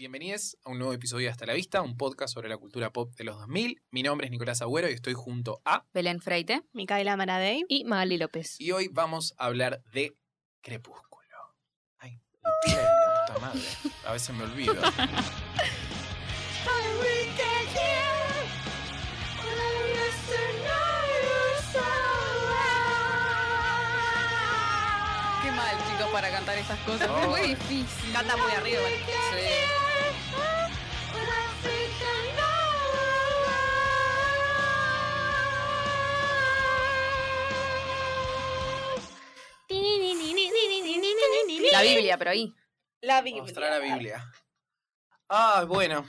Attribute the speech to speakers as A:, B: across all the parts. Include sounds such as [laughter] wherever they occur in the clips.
A: Bienvenidos a un nuevo episodio de Hasta la Vista, un podcast sobre la cultura pop de los 2000. Mi nombre es Nicolás Agüero y estoy junto a...
B: Belén Freite
C: Micaela Maradei.
B: y Magali López.
A: Y hoy vamos a hablar de Crepúsculo. Ay, mentira de la puta madre. A veces me olvido.
C: [laughs]
B: Qué mal, chicos, para cantar estas cosas.
A: No.
B: Es muy difícil.
C: Canta muy arriba.
B: La Biblia, pero ahí.
C: La
A: Mostrar la Biblia. Ah, bueno.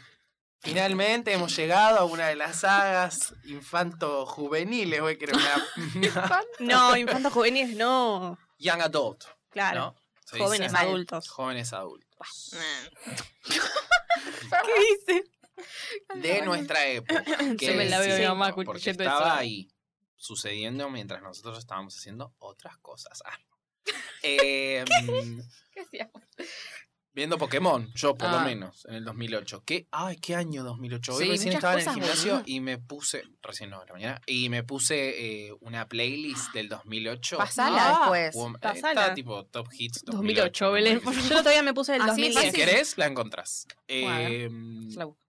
A: Finalmente hemos llegado a una de las sagas infanto-juveniles, güey, que era
C: [laughs]
A: una...
C: No, infantos juveniles no.
A: Young adult,
C: Claro.
A: ¿no? Se dice.
C: Jóvenes adultos.
A: Jóvenes adultos.
C: ¿Qué dice?
A: de nuestra
B: [laughs]
A: época. que
B: Yo me la veo a mi
A: decimos,
B: mamá
A: porque
B: escuchando
A: estaba
B: eso.
A: ahí sucediendo mientras nosotros estábamos haciendo otras cosas. Ah. Eh, mm,
B: ¿Qué hacíamos?
A: viendo Pokémon, yo por lo
B: Ah.
A: menos, en el 2008. ¿Qué? Ay, qué año 2008. Hoy
B: Sí,
A: recién
B: muchas
A: estaba en el
B: cosas,
A: gimnasio
B: boludo.
A: y me puse, recién no, de la mañana, y me puse eh, una playlist del 2008.
B: Pasala
C: Ah,
B: después.
A: Woman- eh,
C: pasala.
A: está tipo Top Hits 2008.
B: 2008,
A: no
B: Belén,
A: sé
B: por
A: qué.
C: Yo todavía me puse del
B: Así es
C: 2010.
A: Si
B: fácil.
A: querés, la encontrás.
B: Bueno,
A: Eh,
B: Se la busco.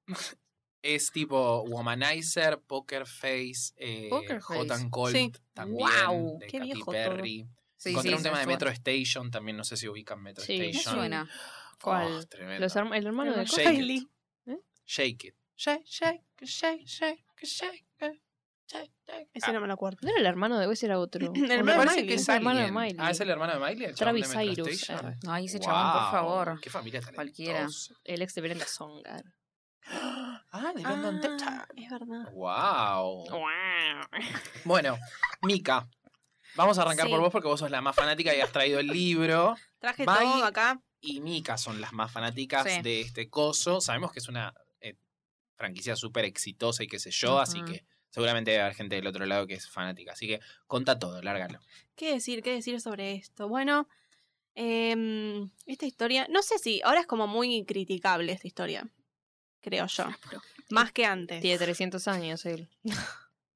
A: Es tipo Womanizer, Poker Face, eh,
B: Poker
A: Hot
B: Face.
A: and Cold
C: Sí.
A: también,
B: Guau,
A: de
C: qué
A: Katy
C: viejo
A: Perry.
B: Sí,
A: Encontré
B: sí,
A: un tema
B: me
A: de
B: suena.
A: Metro Station, también no sé si ubican Metro
D: Sí.
B: Me
A: Station.
B: suena.
A: Oh,
D: ¿Cuál?
A: tremendo.
D: Los herma- el hermano de
A: Hermano.
D: Coco.
A: Shake it.
C: Kylie.
A: Shake It. Shake, shake, shake, shake, shake, shake, shake, shake.
C: Ese no me lo acuerdo.
D: ¿No era el hermano de o ese
B: [laughs]
D: era otro?
C: El
A: Ah,
C: hermano
A: me
C: de
A: parece que
C: Miley.
A: es
D: El hermano de
A: alguien.
D: Miley.
A: Ah, es el hermano de Miley, el chabón de
D: Travis
A: Metro
D: Cyrus.
A: Station. ¿eh?
D: Ah,
B: No, ahí ese eh. chabón, por
A: Guau,
B: favor.
A: Qué familia tan
B: Cualquiera.
D: El ex de Brenda Songar.
A: [gasps] Ah, de Brandon
C: Ah, es verdad.
A: Wow. Bueno, Mika, vamos a arrancar
C: Sí.
A: por vos porque vos sos la más fanática y has traído el libro.
C: Traje
A: Bye.
C: todo acá.
A: Y Mika son las más fanáticas
B: Sí.
A: de este coso. Sabemos que es una eh, franquicia súper exitosa y qué sé yo, así
B: Ujú.
A: que seguramente debe haber gente del otro lado que es fanática. Así que contá todo, lárgalo.
C: ¿Qué decir? ¿Qué decir sobre esto? Bueno, em, esta historia, no sé si, ahora es como muy criticable esta historia, creo yo. Más que antes.
D: Tiene 300 años él.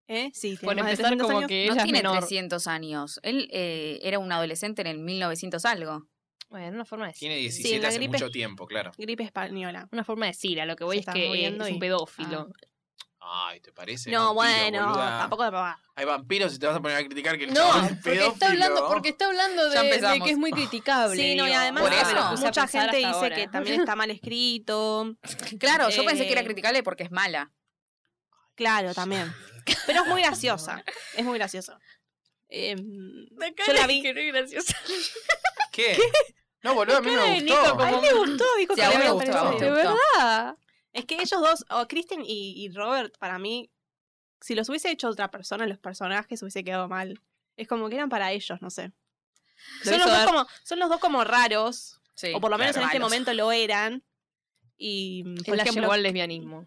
C: ¿Eh? Sí, tiene
D: Por
C: más de
D: empezar
C: 300
D: como
C: años.
D: que
B: No
D: ella es
B: tiene
D: menor.
B: 300 años. Él eh, era un adolescente en el 1900 algo.
D: Bueno, una forma de decir.
A: Tiene 17
C: la
A: hace
C: gripe-
A: mucho tiempo, claro.
C: Gripe española.
D: Una forma de decir, a lo que
C: Se
D: voy es
C: está
D: que eh,
C: muriendo
D: es
C: y- Ah.
D: un pedófilo.
A: Ay, ¿te parece?
C: No,
A: Vampiro,
C: bueno,
A: boluda.
C: tampoco de papá.
A: Hay vampiros y te vas a poner a criticar que el chabón
D: No,
A: es
D: porque está
A: pedófilo.
D: hablando, porque está hablando de,
B: Ya
D: de
B: empezamos.
D: que es muy criticable.
C: Sí, no, y
D: digo.
C: además
B: Por
C: ah,
B: eso. Me puse
C: mucha gente dice que también está mal escrito.
B: Claro, yo pensé que era
C: Eh,
B: criticable porque es mala.
C: Claro, también. Pero es muy graciosa. Es muy graciosa. Em, yo la vi.
D: Que no [laughs] es graciosa.
A: ¿Qué? No, boludo, a mí
D: Cara
A: me
D: de Nico,
A: gustó.
D: como-
C: A él le gustó, dijo
B: Sí,
C: que
B: a
C: le
B: vos
C: había
B: te gustó,
C: gustado.
B: a vos te
D: De
B: gustó.
D: verdad.
C: Es que ellos dos, o Kristen y, y Robert, para mí, si los hubiese hecho otra persona, los personajes hubiese quedado mal. Es como que eran para ellos, no sé. Son los, dos como, son los dos como raros,
B: Sí.
C: o por lo menos en
A: claro.
C: este momento lo eran. Y, por
D: Él la
C: ejemplo,
D: llevó al lesbianismo.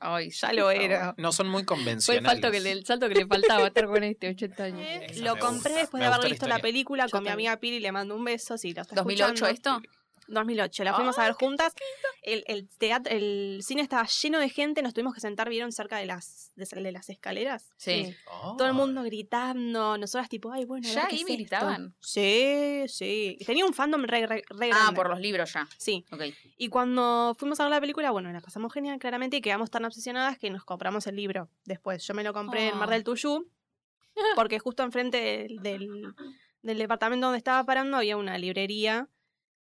B: Ay, sí,
C: ya lo
B: por
C: era.
B: favor.
A: No son muy
D: Fue el,
A: convencionales.
D: falto que le- el salto que le faltaba estar con este 80 años.
C: Eh,
A: Esa
C: Lo
A: me
C: compré
A: gusta,
C: después
A: me
C: de haber
A: gustó la
C: visto la
A: historia.
C: película
D: Yo
C: con mi
D: también.
C: amiga Piri, le mando un beso si lo está
B: 2008
C: escuchando.
B: esto.
C: 2008, la fuimos a ver juntas. El, el teatro, el cine estaba lleno de gente, nos tuvimos que sentar, vieron cerca de las, de, de las escaleras.
B: Sí.
A: Oh.
C: Todo el mundo gritando, nosotras tipo, ay, bueno, a ver
B: Ya ahí
C: qué es esto".
B: gritaban.
C: Sí, sí. Tenía un fandom re, re, re
B: Ah,
C: grande.
B: por los libros ya.
C: Sí.
B: Ok.
C: Y cuando fuimos a ver la película, bueno, la pasamos genial, claramente, y quedamos tan obsesionadas que nos compramos el libro después. Yo me lo compré en Mar
B: Ah. [laughs]
C: del Tuyú, porque justo enfrente del, del, del departamento donde estaba parando había una librería.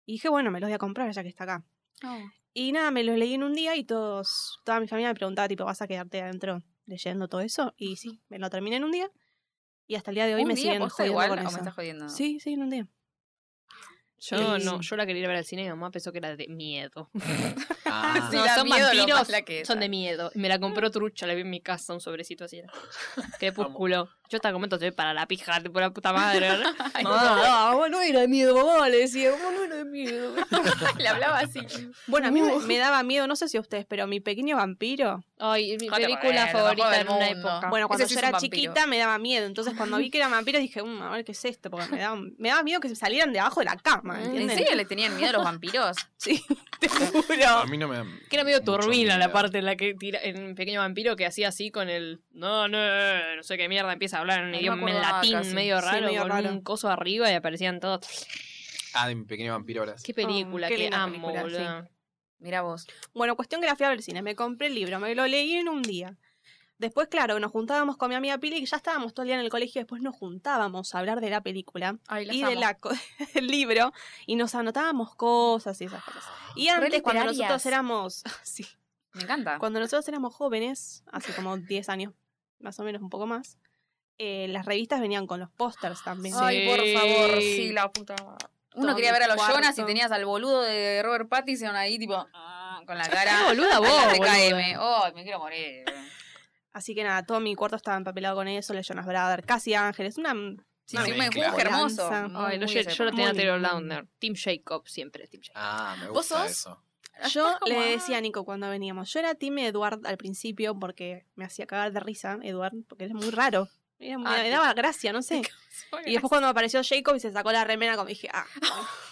C: Y dije, bueno, me los voy a comprar ya que está acá.
B: Oh.
C: Y nada, me los leí en un día y todos, toda mi familia me preguntaba, tipo, ¿vas a quedarte adentro leyendo todo eso? Y sí, me lo terminé en un día. Y hasta el día de hoy
B: Un
C: me
B: día
C: siguen
B: Uh, posta
C: jodiendo
B: igual,
C: con
B: o
C: eso.
B: me estás jodiendo.
C: Sí, sí, en un día.
D: Yo
C: Sí.
D: no, yo la quería ir a ver al cine y mi mamá pensó que era de miedo. [laughs]
A: Ah.
B: Sí,
D: No,
B: da
D: son
B: miedo lo
D: vampiros,
B: mala que es.
D: Son de miedo. Me la compró trucha, la vi en mi casa, un sobrecito así. era. Crepúsculo. Yo estaba comiendo te doy para la pija, por la puta madre. Ah, ¿no?
B: Ay,
D: Mamá, no, no era de miedo, mamá, le decía, mamá, no era de miedo.
B: [laughs] [laughs] Le hablaba así.
C: Bueno, a mí me, me daba miedo, no sé si a ustedes, pero mi pequeño vampiro.
D: Ay, mi
B: No te
D: película
B: pongas, lo
D: favorita
B: mejor del
D: en una
B: mundo.
D: época.
B: Ah,
C: Bueno,
B: ese
C: cuando
B: sí
C: yo
B: es un
C: era
B: vampiro.
C: chiquita me daba miedo. Entonces, cuando vi que eran vampiros, dije, "Mm, a ver qué es esto, porque me daba, me daba miedo que se salieran de abajo de la cama. fantasma,
D: ¿En
B: ¿En
C: ¿entienden?
B: serio le tenían miedo a los vampiros?
C: Sí,
A: A
C: te [laughs] juro.
A: mí no me.
D: Que era medio
A: Mucho
D: turbina la
A: miedo.
D: parte en la que tira en Pequeño Vampiro que hacía así con el no, no, no sé qué mierda, empieza a hablar en un
B: Ay, me
D: idioma en
B: acordaba
D: latín
B: casi.
D: medio
C: Sí,
D: raro,
C: medio
D: con
C: raro.
D: un coso arriba y aparecían todos.
A: Ah, de mi pequeño vampiro ahora.
D: Qué película,
C: Oh,
D: qué
C: qué linda
D: amo,
C: película,
D: boludo.
B: Mira vos.
C: Bueno, cuestión que la fui a ver al cine. Me compré el libro, me lo leí en un día. Después, claro, nos juntábamos con mi amiga Pili, que ya estábamos todo el día en el colegio, después nos juntábamos a hablar de la película
B: Ay,
C: y de la co- [laughs] del libro, y nos anotábamos cosas y esas cosas.
B: [gasps]
C: Y antes, cuando
B: literarias.
C: nosotros éramos, [laughs] sí,
B: Me encanta.
C: Cuando nosotros éramos jóvenes, hace como 10 años, más o menos un poco más, eh, las revistas venían con los pósters también.
B: Ah.
D: Sí. Ay, por favor, sí,
B: la puta. Uno
C: Todo
B: quería ver a los
C: el cuarto.
B: Jonas y tenías al boludo de Robert Pattinson ahí, tipo, ah, con [laughs] la cara.
D: boluda vos,
B: Acá
D: boluda.
B: TKM. Oh, me quiero morir.
C: Así que nada, todo mi cuarto estaba empapelado con eso, los Jonas Brothers, casi Ángeles, una...
B: Sí,
A: Una
B: sí, un
A: mezcla.
B: menjunje hermoso.
C: Ay,
D: Ay,
B: Muy,
D: no,
B: muy
D: yo,
B: esa
D: yo lo
B: época.
D: tenía a
C: Muy
D: Taylor
C: lindo.
D: Launder. Team Jacob, siempre Team
A: [laughs]
D: Jacob.
A: Ah, me
B: ¿Vos
A: gusta
B: sos?
A: eso.
C: Yo
B: Estás como,
C: le
B: ah,
C: decía a Nico cuando veníamos, yo era Tim Edward al principio porque me hacía cagar de risa, Edward, porque es muy raro. Era muy-
B: Ah,
C: me
B: te-
C: daba gracia,
B: [laughs]
C: no sé. Y [laughs] después cuando apareció Jacob y se sacó la remera, como dije,
B: [laughs]
C: ah,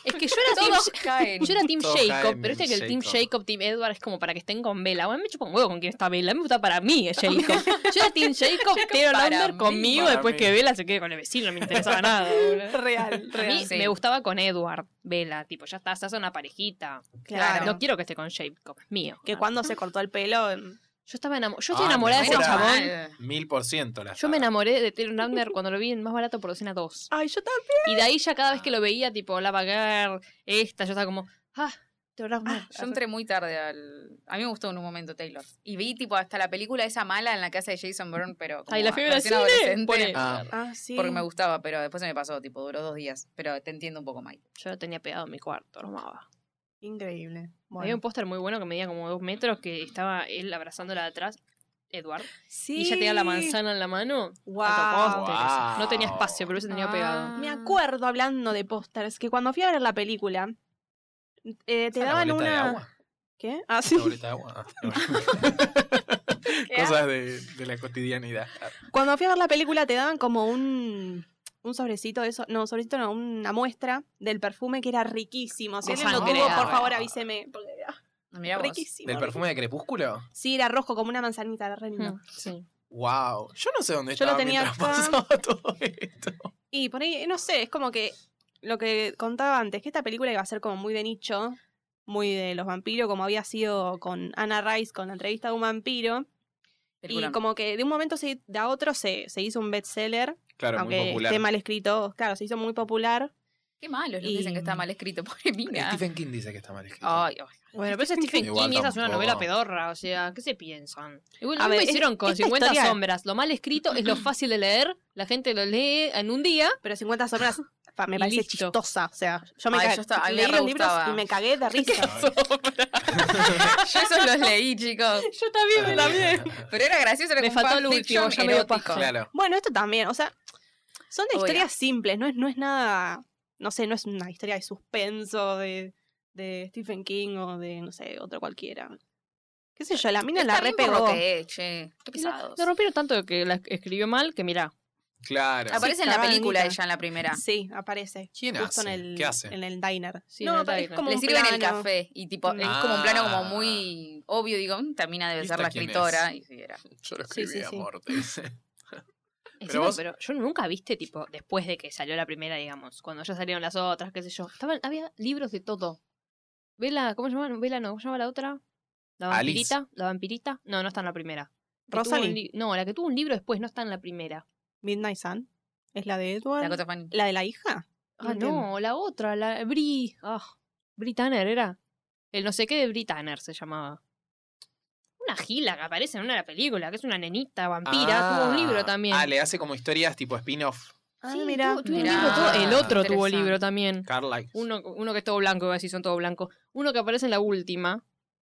D: Es que yo era Team
B: Todos caen.
D: Yo era Team
A: Todos
D: Jacob,
A: caen
D: pero este que
A: en
D: el Team
A: Jacob.
D: Jacob, Team Edward es como para que estén con Vela. Bueno, me chupa un huevo con quién está Vela. A mí me gusta para mí es Jacob. Yo era Team Jacob, Taylor
B: para
D: Lander
B: mí.
D: conmigo,
A: Para
D: después
A: mí.
D: que Vela se quede con el vecino, no me interesaba nada.
C: [laughs]
D: boludo.
C: real,
D: A mí
C: real.
B: Sí.
D: me gustaba con Edward, Vela, tipo, ya está, se hace una parejita.
C: Claro.
D: No quiero que esté con Jacob, es mío.
C: Que cuando se cortó el pelo, em,
D: Yo estaba enamo- yo estoy
A: Ah,
D: enamorada de ese
B: Menos
A: enamorada.
D: chabón.
B: mal.
A: Mil por ciento la
D: Yo me
A: saga.
D: enamoré de Taylor Lander cuando lo vi en más barato por docena 2.
C: ay, yo también.
D: Y de ahí ya cada vez que lo veía, tipo, la vagar, esta, yo estaba como, ah, Taylor Lautner.
B: Yo entré muy tarde al. A mí me gustó en un momento Taylor. Y vi, tipo, hasta la película esa mala en la casa de Jason Bourne, pero. Como
D: Ay, la fiebre del
B: versión
D: cine.
B: adolescente,
D: Pone-
A: Ah.
C: Ah, sí.
B: Porque me gustaba, pero después se me pasó, tipo, duró dos días. Pero te entiendo un poco, Mike.
D: Yo lo tenía pegado en mi cuarto, lo amaba.
C: Increíble.
D: Había
C: Bueno.
D: un póster muy bueno que medía como dos metros que estaba él abrazándola de atrás, Edward.
C: Sí.
D: Y ya tenía la manzana en la mano. Alto
C: Wow.
D: póster, ese. No tenía
A: Wow.
D: espacio, pero ese tenía
B: Ah.
D: pegado.
C: Me acuerdo hablando de pósters que cuando fui a ver la película eh, te
A: ¿Esa
C: daban
A: boleta de
C: una
A: agua?
C: ¿Qué? Ah, sí.
A: ¿La boleta de agua? Ah, [laughs] Cosas de, de la cotidianidad.
C: Cuando fui a ver la película te daban como un un sobrecito de eso, no, sobrecito no, una muestra del perfume que era riquísimo. Si alguien lo
D: Sangre,
C: tuvo,
D: ah,
C: por
B: bueno.
C: favor, avíseme. porque era
B: Mirá vos.
C: riquísimo.
A: ¿Del perfume de Crepúsculo?
C: Sí, era rojo como una manzanita, era re lindo.
D: Mm, Sí.
A: Wow. Yo no sé dónde
C: Yo lo
A: estaba
C: tenía
A: mientras
C: acá.
A: pasaba [laughs] todo esto.
C: Y por ahí, no sé, es como que lo que contaba antes, que esta película iba a ser como muy de nicho, muy de los vampiros, como había sido con Anna Rice con la entrevista de un vampiro.
B: Película.
C: Y como que de un momento se- de a otro se, se hizo un bestseller,
A: Claro, muy
C: aunque
A: popular.
C: esté mal escrito, claro, se hizo muy popular.
B: Qué malo, los que dicen que está mal escrito, [laughs] pobre mina.
A: Stephen King dice que está mal escrito.
B: Ay, ay.
D: Bueno, pero ese Stephen
A: Igual
D: King y esa es una
A: tampoco.
D: novela pedorra, o sea, ¿qué se piensan? Igual
C: A
D: lo
C: ver,
D: mismo
C: es-
D: hicieron con
C: esta
D: 50
C: historia-
D: sombras. Lo mal escrito [clears throat] es lo fácil de leer, la gente lo lee en un día.
C: Pero 50 [laughs] sombras pa, me
D: Y
C: parece
D: listo.
C: chistosa. O sea, yo me
B: Ay,
C: cagué-
B: yo estaba- a mí me
C: leí
B: re
C: los libros
B: gustaba.
C: y me cagué [laughs] de risa.
B: Yo esos los leí, chicos.
D: Yo también,
A: Ah.
B: Pero era gracioso, era
D: Me
B: como un
D: faltó el
B: fanfiction
D: último, ya me dio
B: erótico.
D: paja.
A: [laughs] Claro.
C: Bueno, esto también, o sea, son de
B: Obvio.
C: historias simples, no es, no es nada, no sé, no es una historia de suspenso de, de Stephen King o de, no sé, otro cualquiera. Qué sé yo, la mina la
B: Está bien por
C: repegó.
B: lo que es, che. Qué pesados.
D: Lo rompieron tanto que la escribió mal que mirá.
A: Claro.
B: Aparece en la
C: Cabanita.
B: película ella en la primera.
C: Sí, aparece.
A: ¿Quién hace?
C: justo En el,
A: Ah, ¿Qué hace?
C: En el diner.
D: Sí, en
C: no,
D: el
C: pero es
D: diner.
C: como
B: Le
C: un
B: sirven el
C: plano.
B: café y tipo, es
A: Ah.
B: como un plano como muy obvio, digo, "Mm, esta mina debe
A: ¿Y
B: ser
A: esta
B: la
A: quién es?
B: escritora. Y sí, era.
A: Yo lo
C: Sí,
A: escribí,
C: sí, sí.
A: amor. te dice.
D: Encima,
A: Pero
D: Pero,
A: vos-
D: yo nunca viste, tipo, después de que salió la primera, digamos, cuando ya salieron las otras, qué sé yo. Estaban, había libros de todo. Vela, ¿cómo se llama? Vela, no, ¿cómo se llama la otra? La
A: Alice.
D: vampirita, la vampirita. No, no está en la primera. Que tuvo un
C: Rosalie.
D: li- No, la que tuvo un libro después no está en la primera.
C: Midnight Sun. Es la de Edward.
B: Dakota Fanning.
C: La de la hija.
D: Ah,
C: entiendo.
D: no, la otra, la Bri. Ah, Bri Tanner era. El no sé qué de Bri Tanner se llamaba. Una gila que aparece en una de las películas, que es una nenita vampira.
A: Ah.
D: tuvo un libro también.
A: Ah, le hace como historias tipo spin-off.
C: Ah,
D: Sí,
C: mira.
D: tuvo- tuvo un
B: Mirá,
D: libro todo- El otro tuvo
B: interesante.
D: libro también.
A: Carlisle.
D: Uno, uno que es todo blanco, iba a decir, son todo blanco. Uno que aparece en la última,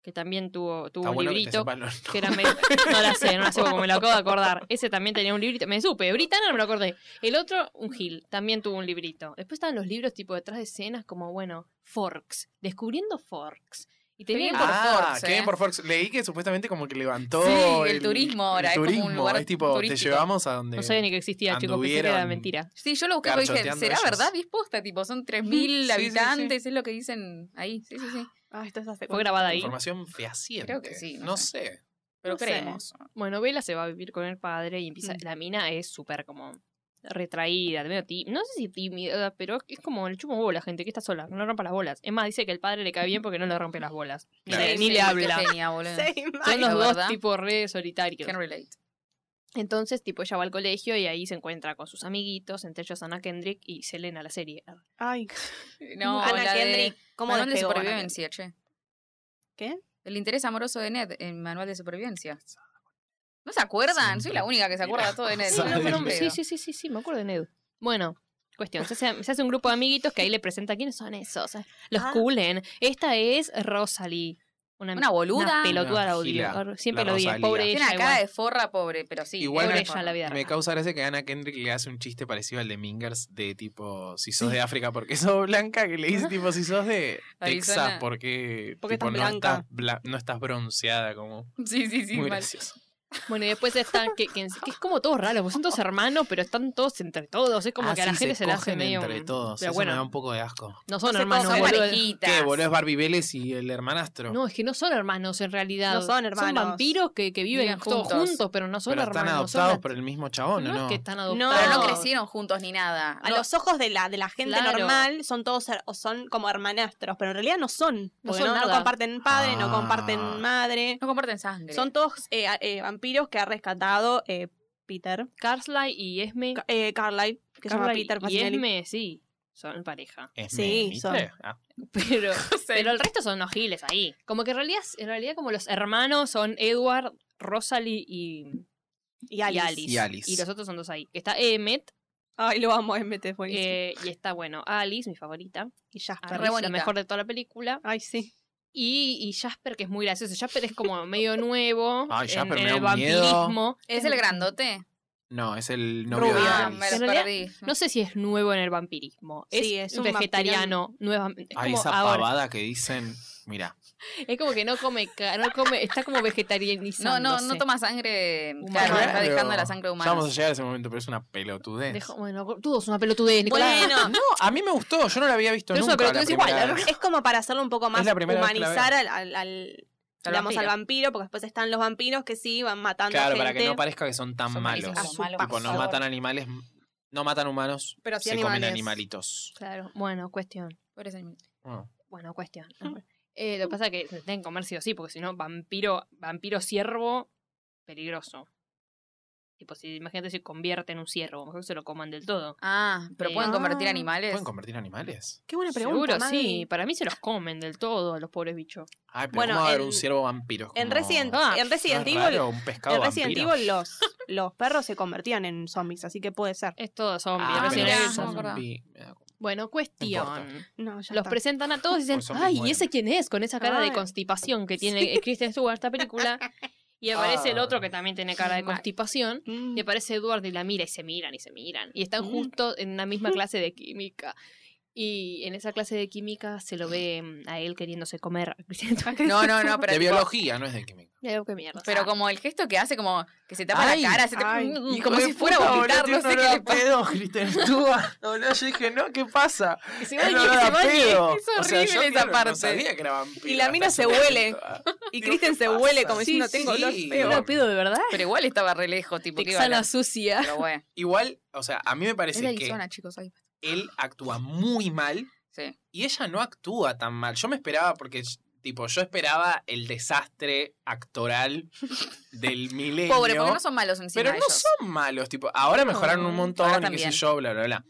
D: que también tuvo, tuvo
A: Está
D: un
A: bueno que te
D: librito.
A: sepan los
D: Que era medio- No la sé, no la sé porque me lo acabo de acordar. Ese también tenía un librito. Me supe, Britana no me lo acordé. El otro, un Gil, también tuvo un librito. Después estaban los libros tipo detrás de escenas, como bueno, Forks, descubriendo Forks.
B: Y te viene
D: Ah,
B: por
A: ah,
B: Forbes,
A: que
B: ¿eh?
A: por Forbes. Leí que supuestamente como que levantó.
B: Sí, el turismo
A: El
B: ahora, es como un
A: turismo.
B: lugar
A: es tipo, te
B: turístico.
A: llevamos a donde.
D: No sabía ni que existía, chicos. Pensé que era
A: anduvieron-
D: mentira.
B: Sí, yo lo busqué porque dije,
A: Garchoteando
B: ¿será
A: ellos.
B: verdad? Disposta, tipo, son 3.000
A: Sí, sí, sí.
B: habitantes, es lo que dicen ahí. Sí, sí, sí.
C: Ah, esto es hace
D: Fue grabada ahí.
A: Información fehaciente.
B: Creo que sí,
A: No,
B: no
A: sé.
B: Pero
C: No sé.
B: creemos.
D: Bueno, Vela se va a vivir con el padre y empieza.
B: Mm.
D: La mina es súper como retraída, medio tí- No sé si tímida, pero es como el chumo bola, gente, que está sola, no le rompa las bolas. Es más, dice que el padre le cae bien porque no le rompe las bolas. Ni,
A: Claro.
D: le,
B: Sí,
D: ni
B: sí,
D: le
B: qué
D: habla.
B: genia, boludo.
C: Same,
D: Son
C: ay.
D: los
B: la
D: dos
B: verdad.
D: tipo re solitarios.
B: Can relate.
D: Entonces, tipo, ella va al colegio y ahí se encuentra con sus amiguitos, entre ellos Ana Kendrick y Selena, la serie.
C: Ay,
B: No,
C: Ana
B: la de-
C: Kendrick, ¿cómo
B: Manual de
C: despegó Ana
B: supervivencia, che.
C: ¿Qué?
B: El interés amoroso de Ned en Manual de supervivencia. ¿No se acuerdan? Soy
A: Siempre.
B: la única que se acuerda
A: Mira.
B: todo de Ned.
A: Sí, no, pero-
B: Pero-
D: sí, sí, sí, sí, sí, me acuerdo de Ned. Bueno, cuestión, se hace, se hace un grupo de amiguitos que ahí le presenta quiénes son esos. Los
C: Ah.
D: culen. Esta es Rosalie. Una,
B: Una boluda.
D: Una pelotuda
A: Una
D: la
A: gila,
D: odio. Siempre
A: la
D: lo odié.
A: Rosalía.
D: Pobre
B: Tiene
D: ella.
B: una cara
D: igual.
B: de forra pobre, pero sí.
A: Igual
B: pobre
D: Pobre
A: me-
D: ella
A: [laughs]
D: en la vida.
A: Me
D: real.
A: causa gracia que Ana Kendrick le hace un chiste parecido al de Mingers de tipo, si sos de África, porque sos blanca? Que le dice tipo, si sos de Texas,
B: [laughs] Arizona.
A: porque,
C: Porque
A: tipo,
C: estás
A: no,
C: blanca.
A: estás bla- no estás bronceada como...
B: Sí, sí, sí.
A: Muy
B: mal.
A: gracioso.
D: Bueno, y después están, que, que, que es como todo raro, porque son todos hermanos, pero están todos entre todos. Es como
A: Ah,
D: que a la
A: sí,
D: gente se, la hace
A: cogen
D: medio.
A: entre todos.
D: pero
A: Eso
D: bueno.
A: me da un poco de asco.
D: No son
B: No sé,
D: hermanos,
B: todos son
D: boludo.
B: parejitas.
A: ¿Qué, boludo? Es Barbie Vélez y el hermanastro.
D: No, es que no son hermanos en realidad.
C: No son
D: Son
C: hermanos.
D: vampiros que, que viven
B: Viven
D: todos
B: juntos.
D: juntos, pero no son
A: pero
D: hermanos.
A: están
D: son
A: adoptados
D: nat-
A: por el mismo chabón, ¿o
D: no,
A: no?
D: es que están adoptados.
C: No.
B: Pero no
C: No.
B: crecieron juntos ni nada.
C: A
B: No,
C: los ojos de la, de la gente
D: Claro.
C: normal son todos her- o son como hermanastros, pero en realidad no son.
D: No
C: porque No, no
D: son nada.
C: comparten padre, no
A: Ah.
C: comparten madre.
B: no comparten sangre.
C: Son todos eh, a- eh, vampiros que ha rescatado eh, Peter.
D: Carly y Esme.
C: Ca- eh, Carlyle, que se llama
D: Carly
C: Peter
D: y
C: Facinelli.
D: Esme, sí, son
A: [laughs]
D: pareja.
A: Es
C: Sí,
A: Mimi.
C: son.
A: Ah,
D: [laughs] Pero,
B: Sí.
D: pero el resto son ojiles ahí. Como que en realidad, en realidad como los hermanos son Edward, Rosalie y,
C: Y Alice.
D: y Alice.
A: Y Alice.
D: Y los otros son dos ahí. Que está Emmet
C: Ay, lo amo, MT, buenísimo.
D: eh, y está, bueno, Alice, mi favorita.
C: y Jasper.
D: Alice, la
B: bonita.
D: mejor de toda la película.
C: Ay, sí.
D: Y, y Jasper, que es muy gracioso. Jasper es como medio nuevo
A: [laughs] Ay,
D: en-
A: Jasper
D: en,
A: me da
D: el
A: un miedo.
D: vampirismo.
B: ¿Es el grandote?
A: No, es el novio
C: Rubio.
A: de
B: Ah,
A: Alice.
B: me
D: En
B: lo
D: realidad,
B: perdí.
D: No sé si es nuevo en el vampirismo. Es,
C: Sí, es un
D: vegetariano. Nuevamente. Es
A: Ay,
D: como
A: esa
D: ahora.
A: pavada que dicen. Mira,
D: [laughs] Es como que no come, ca- no come, está como
B: No,
D: vegetarianizándose.
B: no, no toma sangre.
D: Humana.
B: Claro, está
A: Claro.
B: dejando la sangre
A: ya vamos a
B: humana.
A: llegar a ese momento, pero es una pelotudez.
D: Deja- bueno, tú sos una pelotudez, Nicolás.
C: Bueno,
A: No, a mí me gustó, yo no la había visto
D: Pero es una
A: nunca. la
D: pelotudez igual,
A: primera
D: la
A: vez.
C: Es como para hacerlo un poco más
A: la primera vez que la
C: humanizar al, al, al-
B: Al
C: digamos,
B: vampiro.
C: al vampiro, porque después están los vampiros que sí van matando
A: Claro,
C: gente.
A: para que no parezca que son tan
B: Son
A: malos.
B: malísimos
C: a
B: los
C: su
B: malos.
A: Tipo, no
C: paso.
A: matan animales, no matan humanos,
C: Pero sí
A: se comen
C: animales.
A: animalitos.
D: Claro, bueno, cuestión.
B: Pobres animales.
A: Ah.
D: Bueno, [laughs] cuestión. Eh, lo que pasa es que se tienen que comer sí o sí, porque si no, vampiro, vampiro ciervo, peligroso. Tipo, si imagínate si convierte en un ciervo, mejor que se lo coman del todo.
B: Ah, pero
D: Eh,
B: pueden convertir
C: ah,
B: animales.
A: ¿Pueden convertir animales?
C: Qué buena pregunta.
D: Seguro,
C: Maggie.
D: sí. Para mí se los comen del todo, los pobres bichos.
A: Ay, pero
C: Bueno,
A: ¿cómo va a haber
C: en-
A: un ciervo vampiro? Es
C: En
A: como-
C: Resident,
D: Ah,
C: en
A: No es
C: Resident Evil,
A: raro, un pescado
C: en Resident
A: vampiro.
C: Evil los,
B: [laughs]
C: los perros se convertían en zombies, así que puede
B: Eh,
C: ser.
D: Es todo zombie.
A: Ah,
D: recién
A: pero
B: mirá,
D: es-
B: no me acordaba.
A: zombie, me da-
D: Bueno,
A: No
D: cuestión.
C: No, ya
D: Los
C: está.
D: presentan a todos
B: [laughs]
D: y dicen,
A: Pues son muy
D: ay, ¿y
A: buenos".
D: ese quién es? Con esa cara de
C: Ay.
D: constipación que tiene Kristen Stewart esta película. [laughs] Y aparece el
A: Ah.
D: otro que también tiene cara de
B: Mal.
D: constipación.
C: Mm.
D: Y aparece Eduardo y la mira y se miran y se miran. Y están
C: Mm.
D: justo en la misma clase de química. Y en esa clase de química se lo ve mm, a él queriéndose comer a Kristen Stewart. [laughs]
B: No, no, no, pero.
A: De
B: tipo-
A: biología, no es de química.
D: Y algo que mierda. Ah,
B: Pero como el gesto que hace, como que se tapa
A: Ay,
B: la cara, se tapa-
C: ay,
B: como si fuera a vomitar, no sé qué le pasa.
A: pedo, Kristen No, no, yo dije, no, ¿qué pasa? [laughs]
D: Que se
A: Es
D: bañe,
A: olor
D: que se
A: a
D: bañe.
A: pedo.
B: es
A: O sea, yo,
B: horrible esa
A: claro,
B: parte.
A: No sabía que era vampiro.
C: Y la mina
A: hasta
C: se
A: ese
C: huele.
A: momento. Ah,
C: Y
A: Digo,
C: Kristen
A: ¿qué
C: se
A: pasa?
C: huele como diciendo,
A: sí,
C: tengo olor
A: sí.
C: feo.
D: Olor a pedo, de verdad.
B: Pero igual estaba re lejos, tipo, que iba a
D: Texana
B: hablar.
D: sucia.
B: Pero bueno.
A: Igual, o sea, a mí me
B: Es
A: parece
B: de
A: que
B: Arizona, chicos. ahí.
A: él actúa muy mal
B: Sí.
A: y ella no actúa tan mal. Yo me esperaba, porque, tipo, yo esperaba el desastre actoral
B: [laughs]
A: del milenio.
B: Pobre, porque no son malos encima.
A: Pero no
B: ellos. Mm,
A: son malos, tipo, ahora mejoraron un
D: ahora
A: montón, y qué sé
B: también.
A: yo, bla, bla, bla.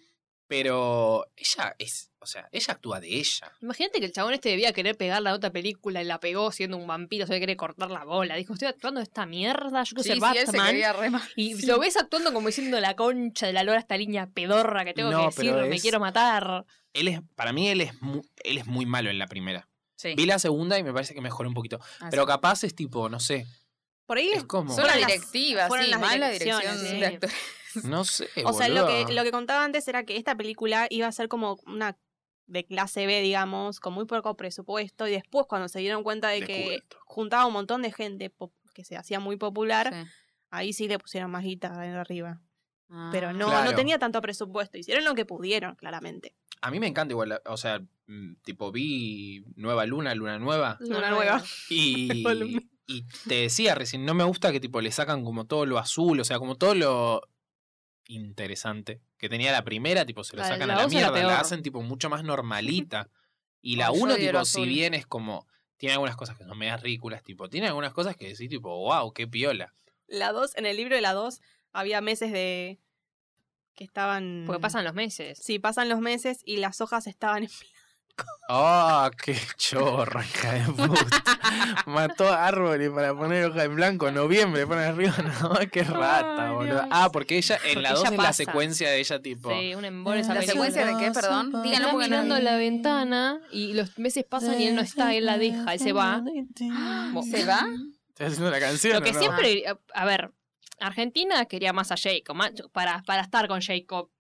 A: Pero ella es, o sea, ella actúa de ella.
D: Imagínate que el chabón este debía querer pegar la otra película y la pegó siendo un vampiro, se quiere cortar la bola. Dijo, estoy actuando esta mierda, yo quiero
B: Sí,
D: ser
B: sí, él se
D: Batman.
B: quería re mal.
D: Y lo ves actuando como diciendo la concha de la lora esta línea pedorra que tengo
A: No,
D: que decir,
A: pero
D: me
A: es-
D: quiero matar.
A: Él es, para mí él es, mu- él es muy malo en la primera.
B: Sí.
A: Vi la segunda y me parece que mejoró un poquito.
B: Ah,
A: Pero capaz es tipo, no
B: [laughs]
A: sé,
C: Por ahí
A: es como,
B: Son las
C: Fueron las-
B: directivas,
C: fueron
B: sí,
C: las
B: mala dirección
C: direcciones,
D: sí.
B: de actores.
A: no sé,
C: O sea, lo
A: boluda.
C: que, lo que contaba antes era que esta película iba a ser como una de clase B, digamos, con muy poco presupuesto, y después cuando se dieron cuenta de que
A: Descubierto.
C: juntaba un montón de gente po- que se hacía muy popular,
B: Sí.
C: ahí sí le pusieron más guita de arriba.
B: Ah.
C: Pero no,
A: Claro.
C: no tenía tanto presupuesto, hicieron lo que pudieron, claramente.
A: A mí me encanta igual, la- o sea, mm, tipo vi Nueva Luna, Luna Nueva,
C: Luna nueva.
A: y,
C: Volumen.
A: y te decía recién, no me gusta que tipo le sacan como todo lo azul, o sea, como todo lo interesante que tenía la primera, tipo se lo
D: La-
A: sacan
D: la
A: a la
D: dos es la
A: mierda, la,
D: peor.
A: hacen tipo mucho más normalita.
D: [laughs]
A: Y la
B: Ay, yo
A: uno,
B: odio lo
A: tipo, si
B: azul.
A: bien es como, tiene algunas cosas que son medias ridículas, tipo, tiene algunas cosas que decís tipo, wow, qué piola.
C: La 2, en el libro de la 2 había meses de que estaban...
A: Mm.
D: Porque pasan los meses.
C: Sí, pasan los meses y las hojas estaban en
A: ¡Ah, qué chorra, hija de
D: [laughs]
A: puta! Mató árboles para poner hoja en blanco. Noviembre, ponen arriba, [laughs] no, qué rata,
D: Ay,
A: boludo.
D: Dios.
A: Ah, porque ella, en la
D: Porque
A: 2
D: ella
A: es la
D: pasa.
A: secuencia de ella, tipo.
D: Sí, un embole esa
B: ¿La
D: película.
B: secuencia de qué, perdón? Díganlo
D: Está
B: porque no-
D: mirando la ventana y los meses pasan y él no está, él la deja, él se va. Bo-
B: Ah, ¿Se
C: Mm.
B: va?
A: ¿Estás haciendo la canción?
D: Lo que
A: o no?
D: siempre, a, a ver, Argentina quería más a Jacob, más- para, para estar con Jacob.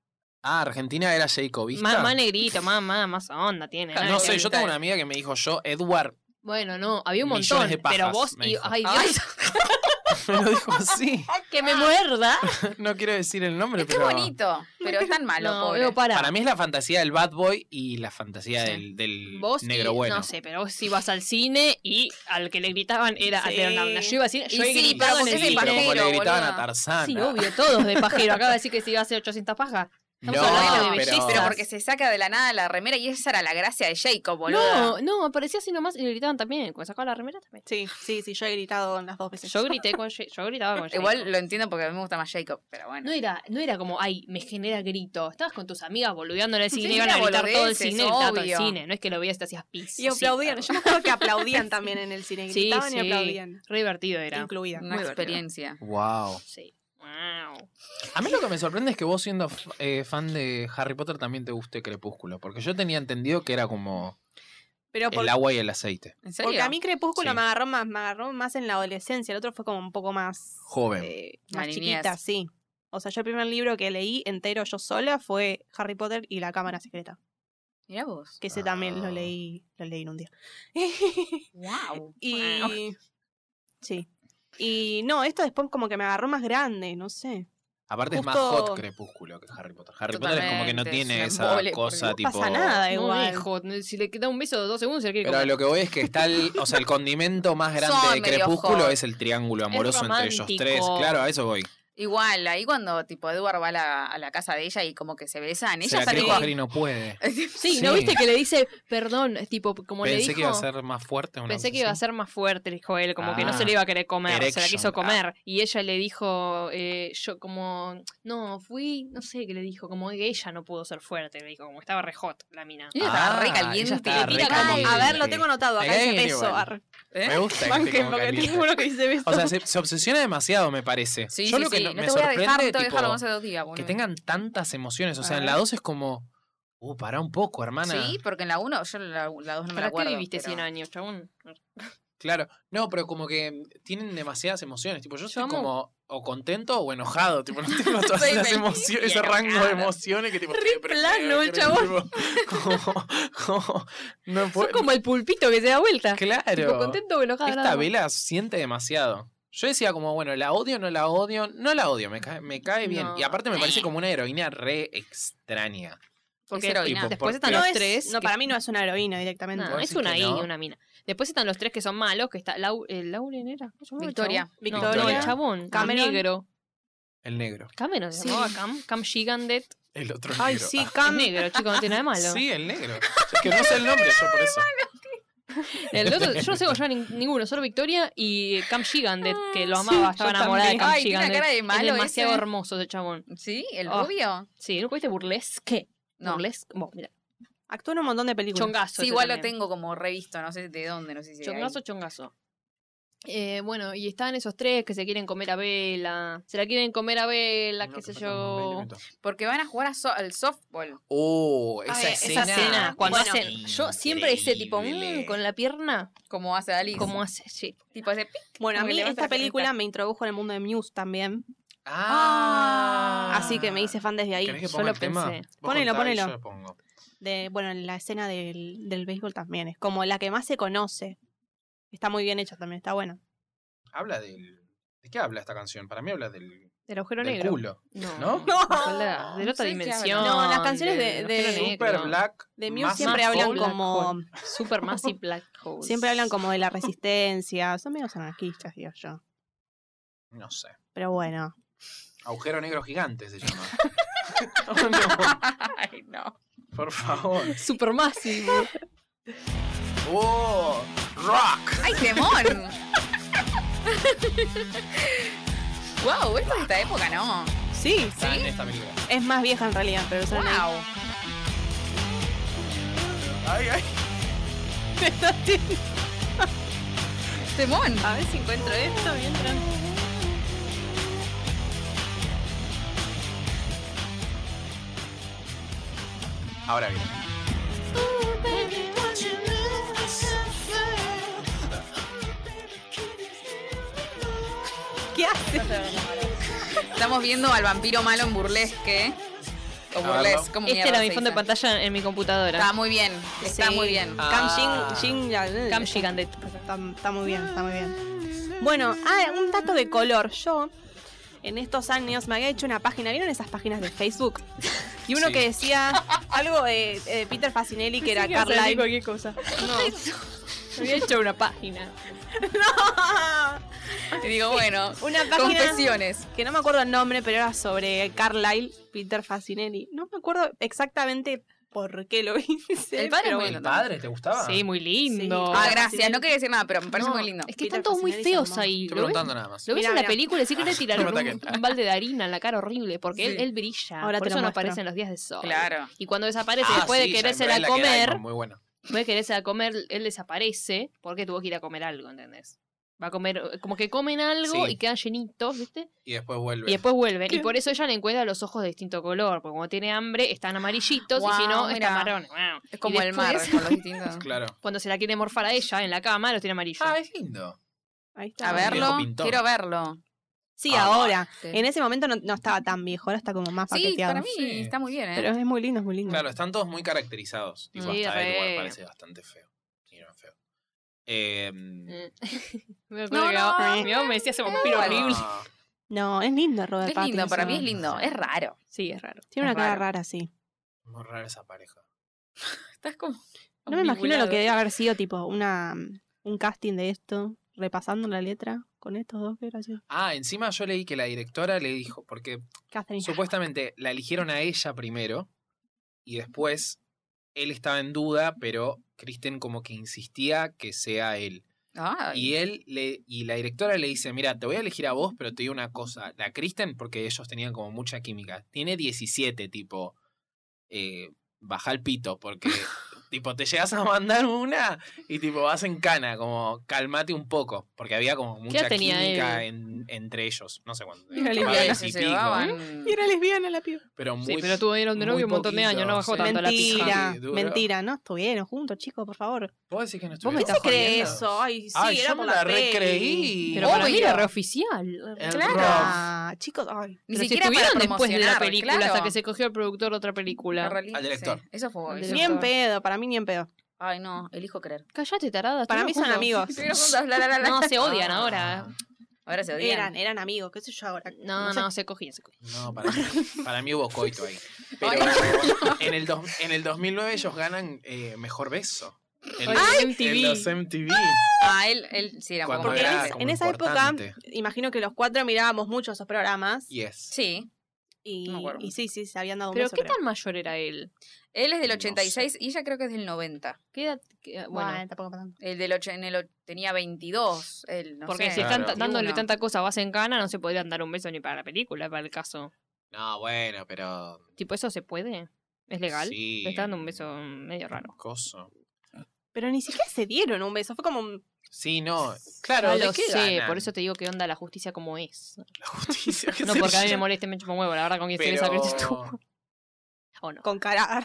A: Ah, Argentina era Jacobista.
D: Más, más negrito, más, más, más onda tiene.
B: Ah,
D: nada
A: no
D: que
A: sé,
D: ver.
A: yo tengo una amiga que me dijo yo, Edward. [laughs]
D: Bueno, no, había un
A: Millones
D: montón,
A: de pajas,
D: pero vos
A: me
D: y
A: dijo.
D: ay
B: Ay,
D: Dios,
A: Me lo dijo así.
D: que me [laughs] muerda.
A: No quiero decir el nombre,
B: qué
A: pero.
B: bonito, pero es tan malo,
D: no,
B: pobre.
D: digo, para.
A: Para mí es la fantasía del bad boy y la fantasía
B: Sí.
A: del, del
D: vos
A: negro
D: y-
A: bueno.
D: no sé, pero vos ibas al cine y al que le gritaban era a
C: Sí.
D: Leonardo. Yo iba al cine,
B: Y
D: yo he
B: sí,
D: gritado
B: pero
D: en el
B: ese
A: Sí,
D: cine.
A: pero como le
B: pajero,
A: gritaban a
B: boluda.
A: Tarzán.
D: Sí, obvio, todos de pajero. Acaba de decir que se iba a hacer 800 pajas.
A: No,
D: Estamos hablando de
A: pero,
D: bellezas.
B: Pero porque se saca de la nada la remera y esa era la gracia de Jacob, boludo.
D: No, no, aparecía así nomás y le gritaban también. Cuando sacaba la remera también.
C: Sí, sí, sí, yo he gritado las dos veces.
D: Yo grité con Jay- yo gritaba con Jacob.
B: Igual lo entiendo porque a mí me gusta más Jacob, pero bueno.
D: no era, no era como, ay, me genera grito. Estabas con tus amigas boludeando en el cine,
B: Sí,
D: iban a
B: era
D: gritar todo el
B: boludeces,
D: cine, gritaba todo el
B: obvio.
D: cine. No es que lo veías y te hacías pis.
C: Y aplaudían. Yo me acuerdo que aplaudían también en el cine.
D: Sí,
C: Gritaban
D: sí.
C: y aplaudían.
D: Re divertido era.
C: Incluida.
B: Una
D: muy divertido.
B: experiencia.
A: Wow.
D: Sí. Wow.
A: A mí lo que me sorprende es que vos siendo f- eh, fan de Harry Potter también te guste Crepúsculo, porque yo tenía entendido que era como
C: Pero por-
A: el agua y el aceite.
B: ¿En serio?
C: porque a mí Crepúsculo
A: Sí.
C: me, agarró más, me agarró más en la adolescencia. El otro fue como un poco más...
A: Joven.
C: eh,
B: La
C: más
B: niñez.
C: chiquita, sí. O sea, yo el primer libro que leí entero yo sola fue Harry Potter y la Cámara Secreta.
B: Mirá vos.
C: Que ese también
A: Ah.
C: lo leí, lo leí en un día. [laughs]
B: Wow.
C: y... Sí. Y no, esto después como que me agarró más grande, no sé.
A: Aparte es más
C: Justo-
A: hot Crepúsculo que Harry Potter. Harry Potter es como que no
B: Totalmente,
A: tiene
B: es un
A: esa
B: embole,
A: cosa
B: porque
A: tipo.
C: No pasa nada
D: No,
C: igual.
D: hijo, si le da un beso de dos segundos, se le quiere
A: Pero
D: comer.
A: lo que voy es que está el, o sea, el condimento más grande
B: Son
A: de
B: medio
A: Crepúsculo
B: hot.
A: es el triángulo amoroso entre ellos tres.
D: romántico.
A: Claro, a eso voy.
B: Igual, ahí cuando tipo Edward va a la, a la casa de ella y como que se besan,
A: Se
B: ella
A: la
B: sale
A: cree
B: tipo-
A: que Harry no
B: [laughs]
A: puede.
D: Sí,
A: Sí.
D: ¿no viste que le dice perdón? Es Tipo, como le
A: Pensé
D: dijo.
A: que iba a ser más fuerte. una
D: Pensé
A: cosa
D: que iba a
A: así.
D: ser más fuerte, dijo él, como que no se
A: Ah.
D: le iba a querer comer, se la
A: Erection.
D: quiso comer. Y ella le dijo, eh, yo como, no, fui, no sé qué le dijo, como que ella no pudo ser fuerte, le dijo, como estaba re hot la mina.
B: Ella estaba
A: Ah,
B: re
A: ella
B: caliente.
A: estaba
D: re
B: Mira,
D: caliente.
B: ay,
C: A ver, lo tengo anotado acá,
A: Ahí
C: ese
A: viene
C: beso.
A: igual.
C: arre.
A: Me
B: ¿Eh?
A: gusta que esté
C: Banquen,
A: como
C: porque
A: caliente.
C: tengo uno que dice beso.
A: [laughs] O sea, se, se obsesiona demasiado, me parece.
B: Sí,
A: Yo
B: sí,
A: lo que
B: sí.
A: no-
B: No
A: me
B: te voy a
A: sorprende
B: dejar, no te voy a
A: tipo,
B: dejar como hace dos días,
A: que
B: boludo.
A: tengan tantas emociones. O sea,
B: A
A: en
B: ver.
A: la 2 es como, uh, pará un poco, hermana.
B: Sí, porque en la 1, yo en la 2 no me la
D: ¿Para qué
B: acuerdo.
D: viviste
B: pero-
D: 100 años, chabón?
A: Claro, no, pero como que tienen demasiadas emociones. Tipo, yo estoy
D: amo-
A: como o contento o enojado. Tipo, no tengo todas
B: Soy
A: esas
B: feliz
A: emociones,
B: y
A: ese rango de
B: enojada.
A: emociones que tipo.
D: Re
A: estoy deprimido,
D: plano el
A: que
D: chabón.
A: tipo, como- como- no
D: Son
A: puedo-
D: como el pulpito que se da vuelta. Tipo,
A: Claro.
D: contento o enojado. nada
A: Esta
D: más.
A: vela siente demasiado. Yo decía como, bueno, la odio, no la odio, no la odio, me cae, me cae bien.
D: No.
A: Y aparte me parece como una heroína re extraña.
D: Porque
B: Es
D: Ah, después,
B: heroína.
A: Tipo,
D: están
A: por-
C: no
D: los
C: es-
D: tres.
C: no,
D: que-
C: para mí no es una heroína
D: No,
C: directamente.
A: Vos
D: es
A: decís
D: una
A: que
D: I,
A: no.
D: una mina. Después están los tres que son malos, que está Lau, eh, Lauren era. ¿Cómo se llamaba el
B: Victoria.
D: chabón?
C: Victoria.
D: No, no, el chabón.
C: Cameron.
D: El negro.
A: El negro.
D: Cameron se
B: Sí.
D: llamaba Cam. Cam Gigandet.
A: El otro
C: Ay,
A: negro.
C: sí,
D: Cam
C: Cam.
D: negro, Ah. chicos, no tiene nada de malo.
A: Sí, el negro. Es que no sé el nombre yo por eso.
D: El otro, yo no sé cómo se llama nin- ninguno, solo Victoria y Cam Gigandet, que lo amaba,
C: Sí,
D: estaba
C: yo
D: enamorada de
C: también.
D: Cam
B: Ay, tiene una
D: Gigandet.
B: cara de malo
D: es demasiado
B: ese.
D: hermoso ese chabón.
B: ¿Sí? ¿El
A: Oh,
D: Ah.
B: rubio?
D: Sí, ¿nunca viste burlesque?
B: No.
D: Burlesque. Vos, mira.
C: Actúa en un montón de películas.
D: Chongazo.
B: Sí,
D: ese
B: igual lo
D: también.
B: tengo como revisto, no sé de dónde, no sé si. de ahí.
D: Chongazo, chongazo. Eh, bueno, y están esos tres que se quieren comer a Vela. Se la quieren comer a Vela, qué sé yo.
B: Porque van a jugar a so- al softball.
A: Oh, esa,
C: esa ver,
A: escena.
D: Esa escena, cuando
B: Bueno,
D: hacen. Yo siempre ese tipo,
A: increíble.
D: mm, con la pierna.
B: Como hace Alice.
D: Como hace. Sí.
B: Tipo
A: [laughs]
B: ese pic.
C: Bueno, a
B: Como que
C: mí
B: levanta
C: esta
B: la
C: película
B: carita.
C: me introdujo en el mundo de Muse también.
A: Ah.
C: Así que me hice fan desde ahí.
A: ¿Querés que
D: yo
A: ponga
D: lo
A: el tema?
D: pensé.
A: Vos
C: Ponelo,
A: contá y
C: ponelo.
A: yo lo pongo.
C: de, bueno, en la escena del, del béisbol también. Es como la que más se conoce. Está muy bien hecha también, está buena.
A: Habla del. ¿De qué habla esta canción? Para mí habla del,
D: Del agujero
A: del
D: negro.
A: culo. ¿No?
D: de la- de la otra
B: Sí, claro.
D: dimensión.
C: No, las canciones de-
D: del
C: de-
D: agujero
A: Super
D: negro.
A: Black.
C: De Muse
A: Massive
C: siempre hablan
A: Hole.
C: como.
D: Super Massive Black Hole.
C: Siempre hablan como de [laughs] la resistencia. Son medios anarquistas, digo yo.
A: No sé.
C: Pero bueno.
A: Agujero negro gigante se
D: [laughs]
A: llama.
B: Ay, no.
A: Por favor.
D: [laughs]
C: [laughs]
D: Super Massive.
A: ¡Oh! ¡Rock!
B: ¡Ay, temón!
A: [laughs]
B: wow, esto es de esta época, ¿no?
C: Sí,
A: Está en esta película.
C: Es más vieja en realidad, pero son
B: Wow.
C: ahí.
A: ¡Ay,
B: [laughs]
A: ay!
B: Temón.
C: ver si encuentro esto mientras.
A: Ahora bien.
C: [laughs] [laughs] ¿Qué hace?
B: Estamos viendo al vampiro malo en burlesque.
A: A
B: O
A: verlo.
B: burlesque, como
D: Este
B: mierda
D: era mi
B: se
D: fondo de
B: dice.
D: pantalla en mi computadora.
B: Está muy bien, está
C: Sí.
B: muy bien.
A: Ah.
C: Cam Jin- Jin- ya-
D: Cam Gigandet.
C: [laughs] Está, está muy bien, está muy bien. Bueno, ah, un dato de color. Yo, en estos años, me había hecho una página. ¿Vieron esas páginas de Facebook? [laughs] Y uno
A: Sí.
C: que decía algo de, de Peter Facinelli, que era Carlyle.
D: cualquier cosa. No. Había hecho una página.
B: Y digo,
D: [laughs]
B: bueno,
C: Una página
B: confesiones.
C: que no me acuerdo el nombre, pero era sobre Carlyle, Peter Facinelli. No me acuerdo exactamente por qué lo [laughs] hice.
B: El padre es muy
C: pero bueno.
A: ¿El padre te gustaba?
D: Sí, muy lindo.
C: Sí.
B: Ah, gracias, no quería decir nada, pero me parece
D: Oh, No,
B: muy lindo.
D: Es que
C: Peter
D: están todos muy
C: Facinelli
D: feos
C: está
D: ahí.
A: Estoy
D: ¿Lo ves?
A: preguntando nada más.
D: Lo ves
C: Mira,
D: en la
C: mira.
D: película y sí quiere tirar
A: Un
D: un,
A: ataque.
D: un balde de harina en la cara horrible porque él,
B: Sí.
D: él brilla.
C: Ahora
D: Por
C: te
D: eso
C: lo
D: no
C: muestro.
D: aparece en los días de sol.
B: Claro.
D: Y cuando desaparece,
A: Ah,
D: después
A: sí,
D: de querérsela
A: Shine Bright Like a
D: comer,
A: Diamond, Muy bueno.
D: después de quererse a comer, él desaparece porque tuvo que ir a comer algo, ¿entendés? Va a comer, eh, como que comen algo
A: Sí.
D: y quedan llenitos, ¿viste?
A: Y después vuelve.
D: Y después vuelven.
C: ¿Qué?
D: Y por eso ella le encuentra los ojos de distinto color, porque cuando tiene hambre están amarillitos y si
B: Guau,
D: no,
B: mira.
D: están marrones. Guau.
B: Es
D: Y
B: como el mar
D: después,
B: con los distintos.
A: Claro.
D: [laughs] Cuando se la quiere morfar a ella en la cama, los tiene amarillos.
A: Ah, es lindo.
C: Ahí está.
B: A verlo,
A: Viejo pintor.
B: quiero verlo.
C: Sí,
A: Ah,
C: ahora.
B: Sí.
C: En ese momento no, no estaba tan viejo, ahora está como más
B: Sí,
C: paqueteado.
B: para mí
A: Sí.
B: está muy bien, ¿eh?
C: Pero es muy lindo, es muy lindo.
A: Claro, están todos muy caracterizados. Tipo,
D: "Mm". Sí,
A: hasta él igual
D: re.
A: parece bastante feo. Sí, era feo. Eh, no,
D: [laughs] Me
B: No,
D: acuerdo que
B: no,
D: mi-
B: no.
D: mi mamá me decía ese vampiro
A: Ah.
D: horrible.
C: No, es lindo Robert
B: es lindo,
C: Pattinson.
B: para mí es lindo. Es raro.
D: Sí, es raro.
C: Tiene
B: Es
C: una cara
B: raro.
C: rara, sí.
A: [laughs] Muy rara esa pareja.
B: Estás como.
C: No me imagino lo
B: omnibulado.
C: que debe haber sido, tipo, una un casting de esto, repasando la letra con estos dos que era yo.
A: Ah, encima yo leí que la directora le dijo, porque
C: Catherine.
A: Supuestamente la eligieron a ella primero y después él estaba en duda, pero Kristen como que insistía que sea él.
B: Ay.
A: Y él le y la directora le dice, "Mira, te voy a elegir a vos, pero te digo una cosa, la Kristen porque ellos tenían como mucha química. Tiene 17, tipo eh, baja el pito porque tipo te llegas a mandar una y tipo vas en cana, como calmate un poco, porque había como mucha
D: edad tenía
A: química en- entre ellos, no sé cuánto.
C: Mira,
B: Y
A: Capaz
B: ahí
A: 20
C: lesbiana.
A: y
B: se
A: pico, ¿eh?
B: llevaban.
C: Y era lesbiana la piba.
A: pero muy
D: Sí, pero tuvieron de
A: muy
D: novio un montón de
A: poquito,
D: años, no bajó
A: sí.
D: tanto la pija.
C: Mentira,
A: Sí, duro.
C: mentira, no estuvieron juntos, chicos, por favor.
A: ¿Puedo decir que no
C: ¿Vos me
A: estuvieron?
C: estás creyendo eso? Ay, sí,
A: Ay,
C: era
A: yo
C: por
A: me la
C: peli.
A: recreí.
D: Pero para mí era
B: Obvio.
D: re oficial.
A: El
B: Claro.
A: rock.
C: Ah, chicos, ay.
B: Ni
D: Pero si
B: siquiera para
D: estuvieron después de la
B: promocionar,
D: película
B: claro.
D: hasta que se cogió el productor de otra película.
B: Re-
A: Al director.
B: sí. Eso fue.
D: Al
B: eso
C: Ni en
B: fue.
C: pedo, para mí ni en pedo.
B: Ay, no, elijo creer.
D: Cállate, tarada.
C: Para
D: estuvieron
C: mí son
D: juntos.
C: amigos.
B: Estuvieron juntas, la, la, la, la.
D: No, se odian ahora.
B: Ah, Ahora se odian.
C: Eran, eran amigos, qué sé yo ahora.
D: No,
C: sé.
D: no, se cogían, se cogían.
A: No, para mí, para mí hubo coito ahí. Pero
B: Ay,
A: en, el dos- en el 2009 ellos ganan eh, Mejor Beso. En,
D: Ay,
A: en los
D: MTV.
A: MTV.
B: Ah, él, él sí era muy
A: Cuando
C: Porque
A: era
C: en, es-
A: como
C: en esa
A: importante.
C: época, imagino que los cuatro mirábamos mucho esos programas.
A: Yes.
B: Sí.
C: Y,
B: me acuerdo.
C: y sí, sí, se habían dado un
D: Pero
C: beso,
D: qué
C: creo.
D: tan mayor era él.
B: Él es del
A: No
B: 86 y ella creo que es del 90.
D: ¿Qué edad? qué-
C: Bueno,
D: Bueno,
C: tampoco tanto.
B: El del ocho- en el o- tenía 22. Él, no
D: porque
B: sé,
D: si están
A: Claro.
D: dándole
B: 21.
D: tanta cosa vas en cana, no se podrían dar un beso ni para la película, para el caso.
A: No, bueno, pero.
D: Tipo, ¿eso se puede? ¿Es legal?
A: Sí.
D: Le está dando un beso medio raro.
A: Coso.
C: Pero ni siquiera se dieron un beso, fue como un...
A: Sí, no. Claro,
D: No
A: ¿de
D: lo
A: qué
D: sé,
A: ganan?
D: por eso te digo que onda la justicia como es.
A: [laughs] La justicia que
D: No,
A: se
D: porque a mí me
A: lleva.
D: molesta me chupa un huevo, la verdad, con quien
A: Pero-
D: estuviese a Cristi
A: [laughs]
D: tú. [laughs] O no.
C: con cara.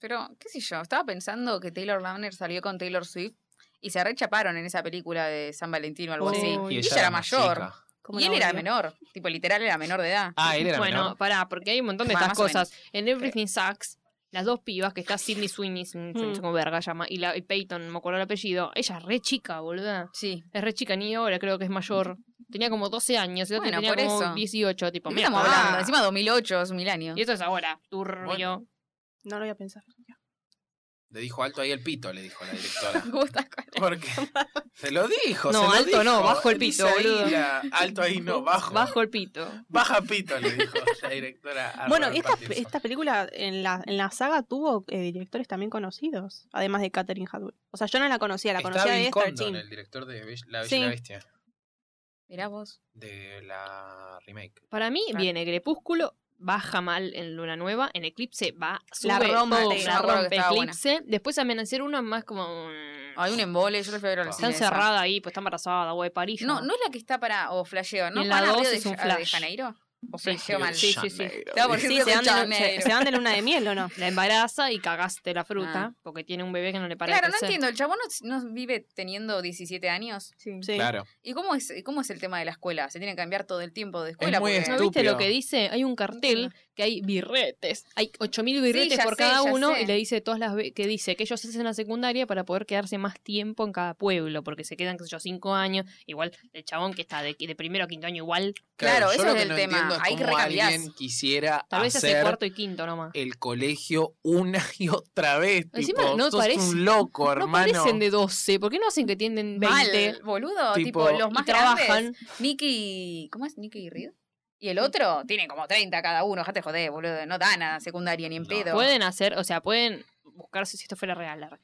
B: Pero, qué sé yo, estaba pensando que Taylor Lautner salió con Taylor Swift y se rechaparon en esa película de San Valentino o algo
C: Oh,
B: así.
C: y
B: Y
A: ella
B: ella era
A: más
B: mayor.
A: chica.
C: como
B: Y él
C: la
B: era
C: odio.
B: menor. Tipo, literal, era menor de edad.
A: Ah, él era
D: bueno,
A: menor.
D: pará, porque hay un montón de
B: Más- más
D: estas
B: o
D: cosas. En Everything Sucks, las dos pibas, que está Sidney Sweeney, Sidney
B: Hmm.
D: Sweeney, no sé cómo verga llama, y, la, y Peyton, no me acuerdo el apellido, ella es re chica, boluda.
B: Sí.
D: Es re chica, ni ahora creo que es mayor. Tenía como 12 años, y otra
B: Bueno,
D: tenía
B: por
D: como
B: eso.
D: 18, tipo,
B: ¿De qué
D: mira,
B: estamos
D: pará.
B: hablando? Encima 2008, es mil años.
D: Y eso es ahora, turbio.
A: Bueno.
C: No lo voy a pensar.
A: Le dijo alto ahí el pito, le dijo la
D: [laughs]
A: directora.
B: [laughs] ¿Cómo estás
C: [laughs]
B: con-
A: Porque se lo dijo.
D: No,
A: se lo
D: alto
A: dijo.
D: no, bajo el
A: Dice
D: pito,
A: ahí
D: boludo.
A: la- alto ahí
D: [laughs]
A: no, bajo.
D: Bajo el pito.
A: Baja pito, le dijo la directora. a
C: Bueno,
A: Robert
C: esta,
A: Pattinson.
C: esta película en la, en la saga tuvo eh, directores también conocidos, además de Catherine Hadwell. O sea, yo no la conocía, la
A: Está
C: conocía
A: Bill
C: de Star
A: Condon,
C: Team.
A: el director de Be- La Bella y
C: Sí.
A: la Bestia,
B: Mirá vos.
A: de la remake.
D: Para mí
B: Claro.
D: viene Crepúsculo, baja mal en Luna Nueva, en Eclipse va, sube
C: La rompe,
D: todo,
C: yo me
D: la
B: acuerdo que
D: rompe
B: estaba buena.
D: Eclipse. Después Amenacer una más como... mm,
B: Hay un embole, yo lo fui a ver al
A: Está
D: Está
B: cine esa.
D: encerrada ahí, pues está embarazada, güey, de París.
B: No, no es la que está para. O flasheo, ¿no?
D: En la
B: ¿Van a
D: dos
B: Río de,
D: es un
B: Ja- de
D: flash.
B: Janeiro? O flasheo
A: Río
B: mal.
A: de
D: Sí, sí, sí.
A: Janeiro.
B: Estaba por
C: Sí,
B: Río
C: se
B: de
C: van, de, lu- se,
B: Janeiro.
C: se van de luna de miel
B: [laughs]
C: o no.
D: La embaraza y cagaste la fruta
B: Ah.
D: porque tiene un bebé que no le parece.
B: Claro, no entiendo. El chabón no, no vive teniendo 17 años.
C: Sí.
A: [laughs] Claro.
B: ¿Y cómo es, y cómo es el tema de la escuela? ¿Se tiene que cambiar todo el tiempo de escuela?
A: Es muy
D: ¿No
B: porque...
A: estúpido.
D: viste lo que dice? Hay un cartel que hay birretes. Hay 8000 birretes
B: ya
D: por
B: sé,
D: cada
B: ya
D: uno
B: sé.
D: y le dice todas las ve- que dice que ellos hacen la secundaria para poder quedarse más tiempo en cada pueblo porque se quedan, qué sé yo, 5 años. Igual el chabón que está de, de primero a quinto año igual,
B: Claro,
A: yo
B: eso
A: lo
B: es
A: que
B: el
A: no
B: tema.
A: entiendo es
B: Ahí
A: cómo
B: recambiás.
A: alguien quisiera
D: tal vez hace
A: hacer
D: cuarto y quinto nomás.
A: el colegio una y otra vez.
D: Encima
A: tipo,
D: no
A: sos
D: parece-
A: un loco,
D: No
A: hermano.
D: parecen de 12, ¿por qué no hacen que tienen 20
B: Mal, boludo. Tipo,
A: Tipo,
B: los
D: y
B: más
D: trabajan?
B: grandes. Nicky. ¿Cómo es? Nicky Reed. Y el otro tiene como 30 cada uno. Dejate joder, boludo. No dan a secundaria ni en
A: No.
B: pedo.
D: Pueden hacer, o sea, pueden buscarse si esto fuera real. la re-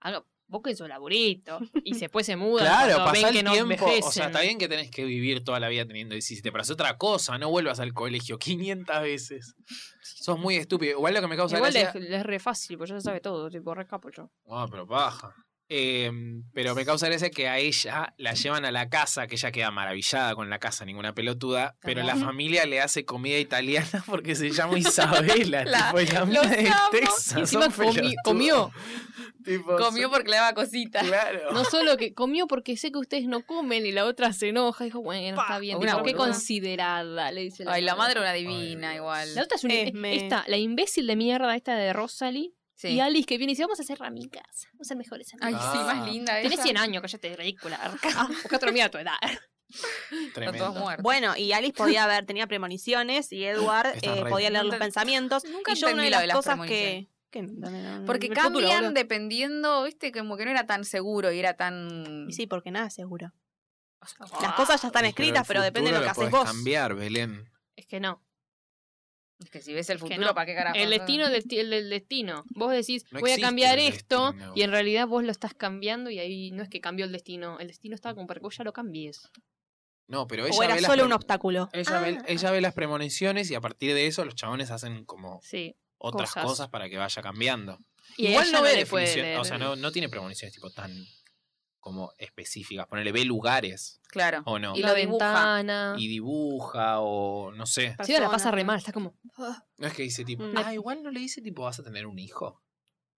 D: Haga, busquen su laburito y después se mudan.
A: Claro,
D: cuando ven
A: pasar
D: que
A: el
D: no
A: tiempo. O sea,
D: envejecen.
A: está bien que tenés que vivir toda la vida teniendo 17, pero es otra cosa. No vuelvas al colegio [laughs] 500 veces. Sos muy estúpido. Igual lo que me causa
D: Igual
A: gracia.
D: es, es re fácil, porque ya se sabe todo, tipo, re capo yo.
A: Ah, pero baja. Eh, pero me causa gracia que a ella la llevan a la casa, que ella queda maravillada con la casa, ninguna pelotuda, pero la
B: Ajá.
A: familia le hace comida italiana [laughs] porque se llama Isabela,
B: La-
A: tipo, y [laughs] la
B: los
A: mina de
B: amo.
A: Texas.
D: Y encima
A: son
D: comi-
A: pelotudos.
D: comió.
A: Tipo,
B: Comió
A: son-
B: porque le daba cosita.
A: Claro.
D: No solo que comió porque sé que ustedes no comen y la otra se enoja, dijo, bueno, está bien,
B: Una
D: tipo, qué
B: boluda.
D: considerada, le dice la
B: Ay, la madre una
A: Ay,
B: divina
A: Dios.
B: igual.
D: La otra es una,
C: Esme.
D: esta, la imbécil de mierda esta de Rosalie
B: Sí.
D: y Alice que viene y dice, vamos a hacer amigas, vamos a ser mejores
B: Ay,
D: amigas.
A: Ah.
B: sí, más linda ella.
D: Tenés 100 años, cállate, ridícula. [laughs] arca. Busca otro amigo a tu edad.
B: Están
A: Tremendo.
B: todos muertos.
C: Bueno, y Alice podía ver, tenía premoniciones y Edward
A: Está
C: eh,
A: re-
C: podía leer los
B: Nunca-
C: pensamientos.
B: nunca
C: y yo una
B: entendí lo
C: de las,
B: de las
C: cosas que...
B: premoniciones.
C: que no- no- no-
B: Porque
C: el futuro,
B: cambian
C: boludo.
B: dependiendo, viste, como que no era tan seguro y era tan...
C: Y Sí, porque nada es seguro.
D: O sea,
B: Ah.
C: Las cosas ya están
A: Y
C: escritas,
A: el
C: pero depende de
A: futuro
C: lo que haces
A: podés
C: vos.
A: cambiar, Belén.
D: Es que no.
B: Es que si ves el
D: que
B: futuro,
D: no.
B: ¿para qué carajo?
D: El destino del el, del destino. Vos decís,
A: No
D: voy a
A: existe
D: cambiar
A: el
D: esto,
A: destino.
D: y en realidad vos lo estás cambiando, y ahí no es que cambió el destino. El destino estaba como para que vos ya lo cambies.
A: No, pero ella
C: O era
A: ve las
C: solo Ah.
A: pre-
C: un obstáculo.
A: Ella, ve, ella ve las premoniciones y a partir de eso los chabones hacen como
D: Sí.
A: otras
D: Cosas.
A: cosas, para que vaya cambiando.
D: Y a
A: Igual
D: ella
A: no ve
D: le puede
A: definiciones,
D: leer.
A: o sea, no, no tiene premoniciones tipo tan como específicas. Ponele, ve lugares
B: Claro.
A: o no.
B: Y
A: Y,
D: la
B: lo dibuja.
D: ventana.
A: dibuja o no sé.
D: Sí, ahora la pasa
C: Personas,
D: re
C: ¿no?
D: mal, está como. "Ah".
A: No es que dice tipo,
C: Mm.
A: ah, igual no le dice tipo, vas a tener un hijo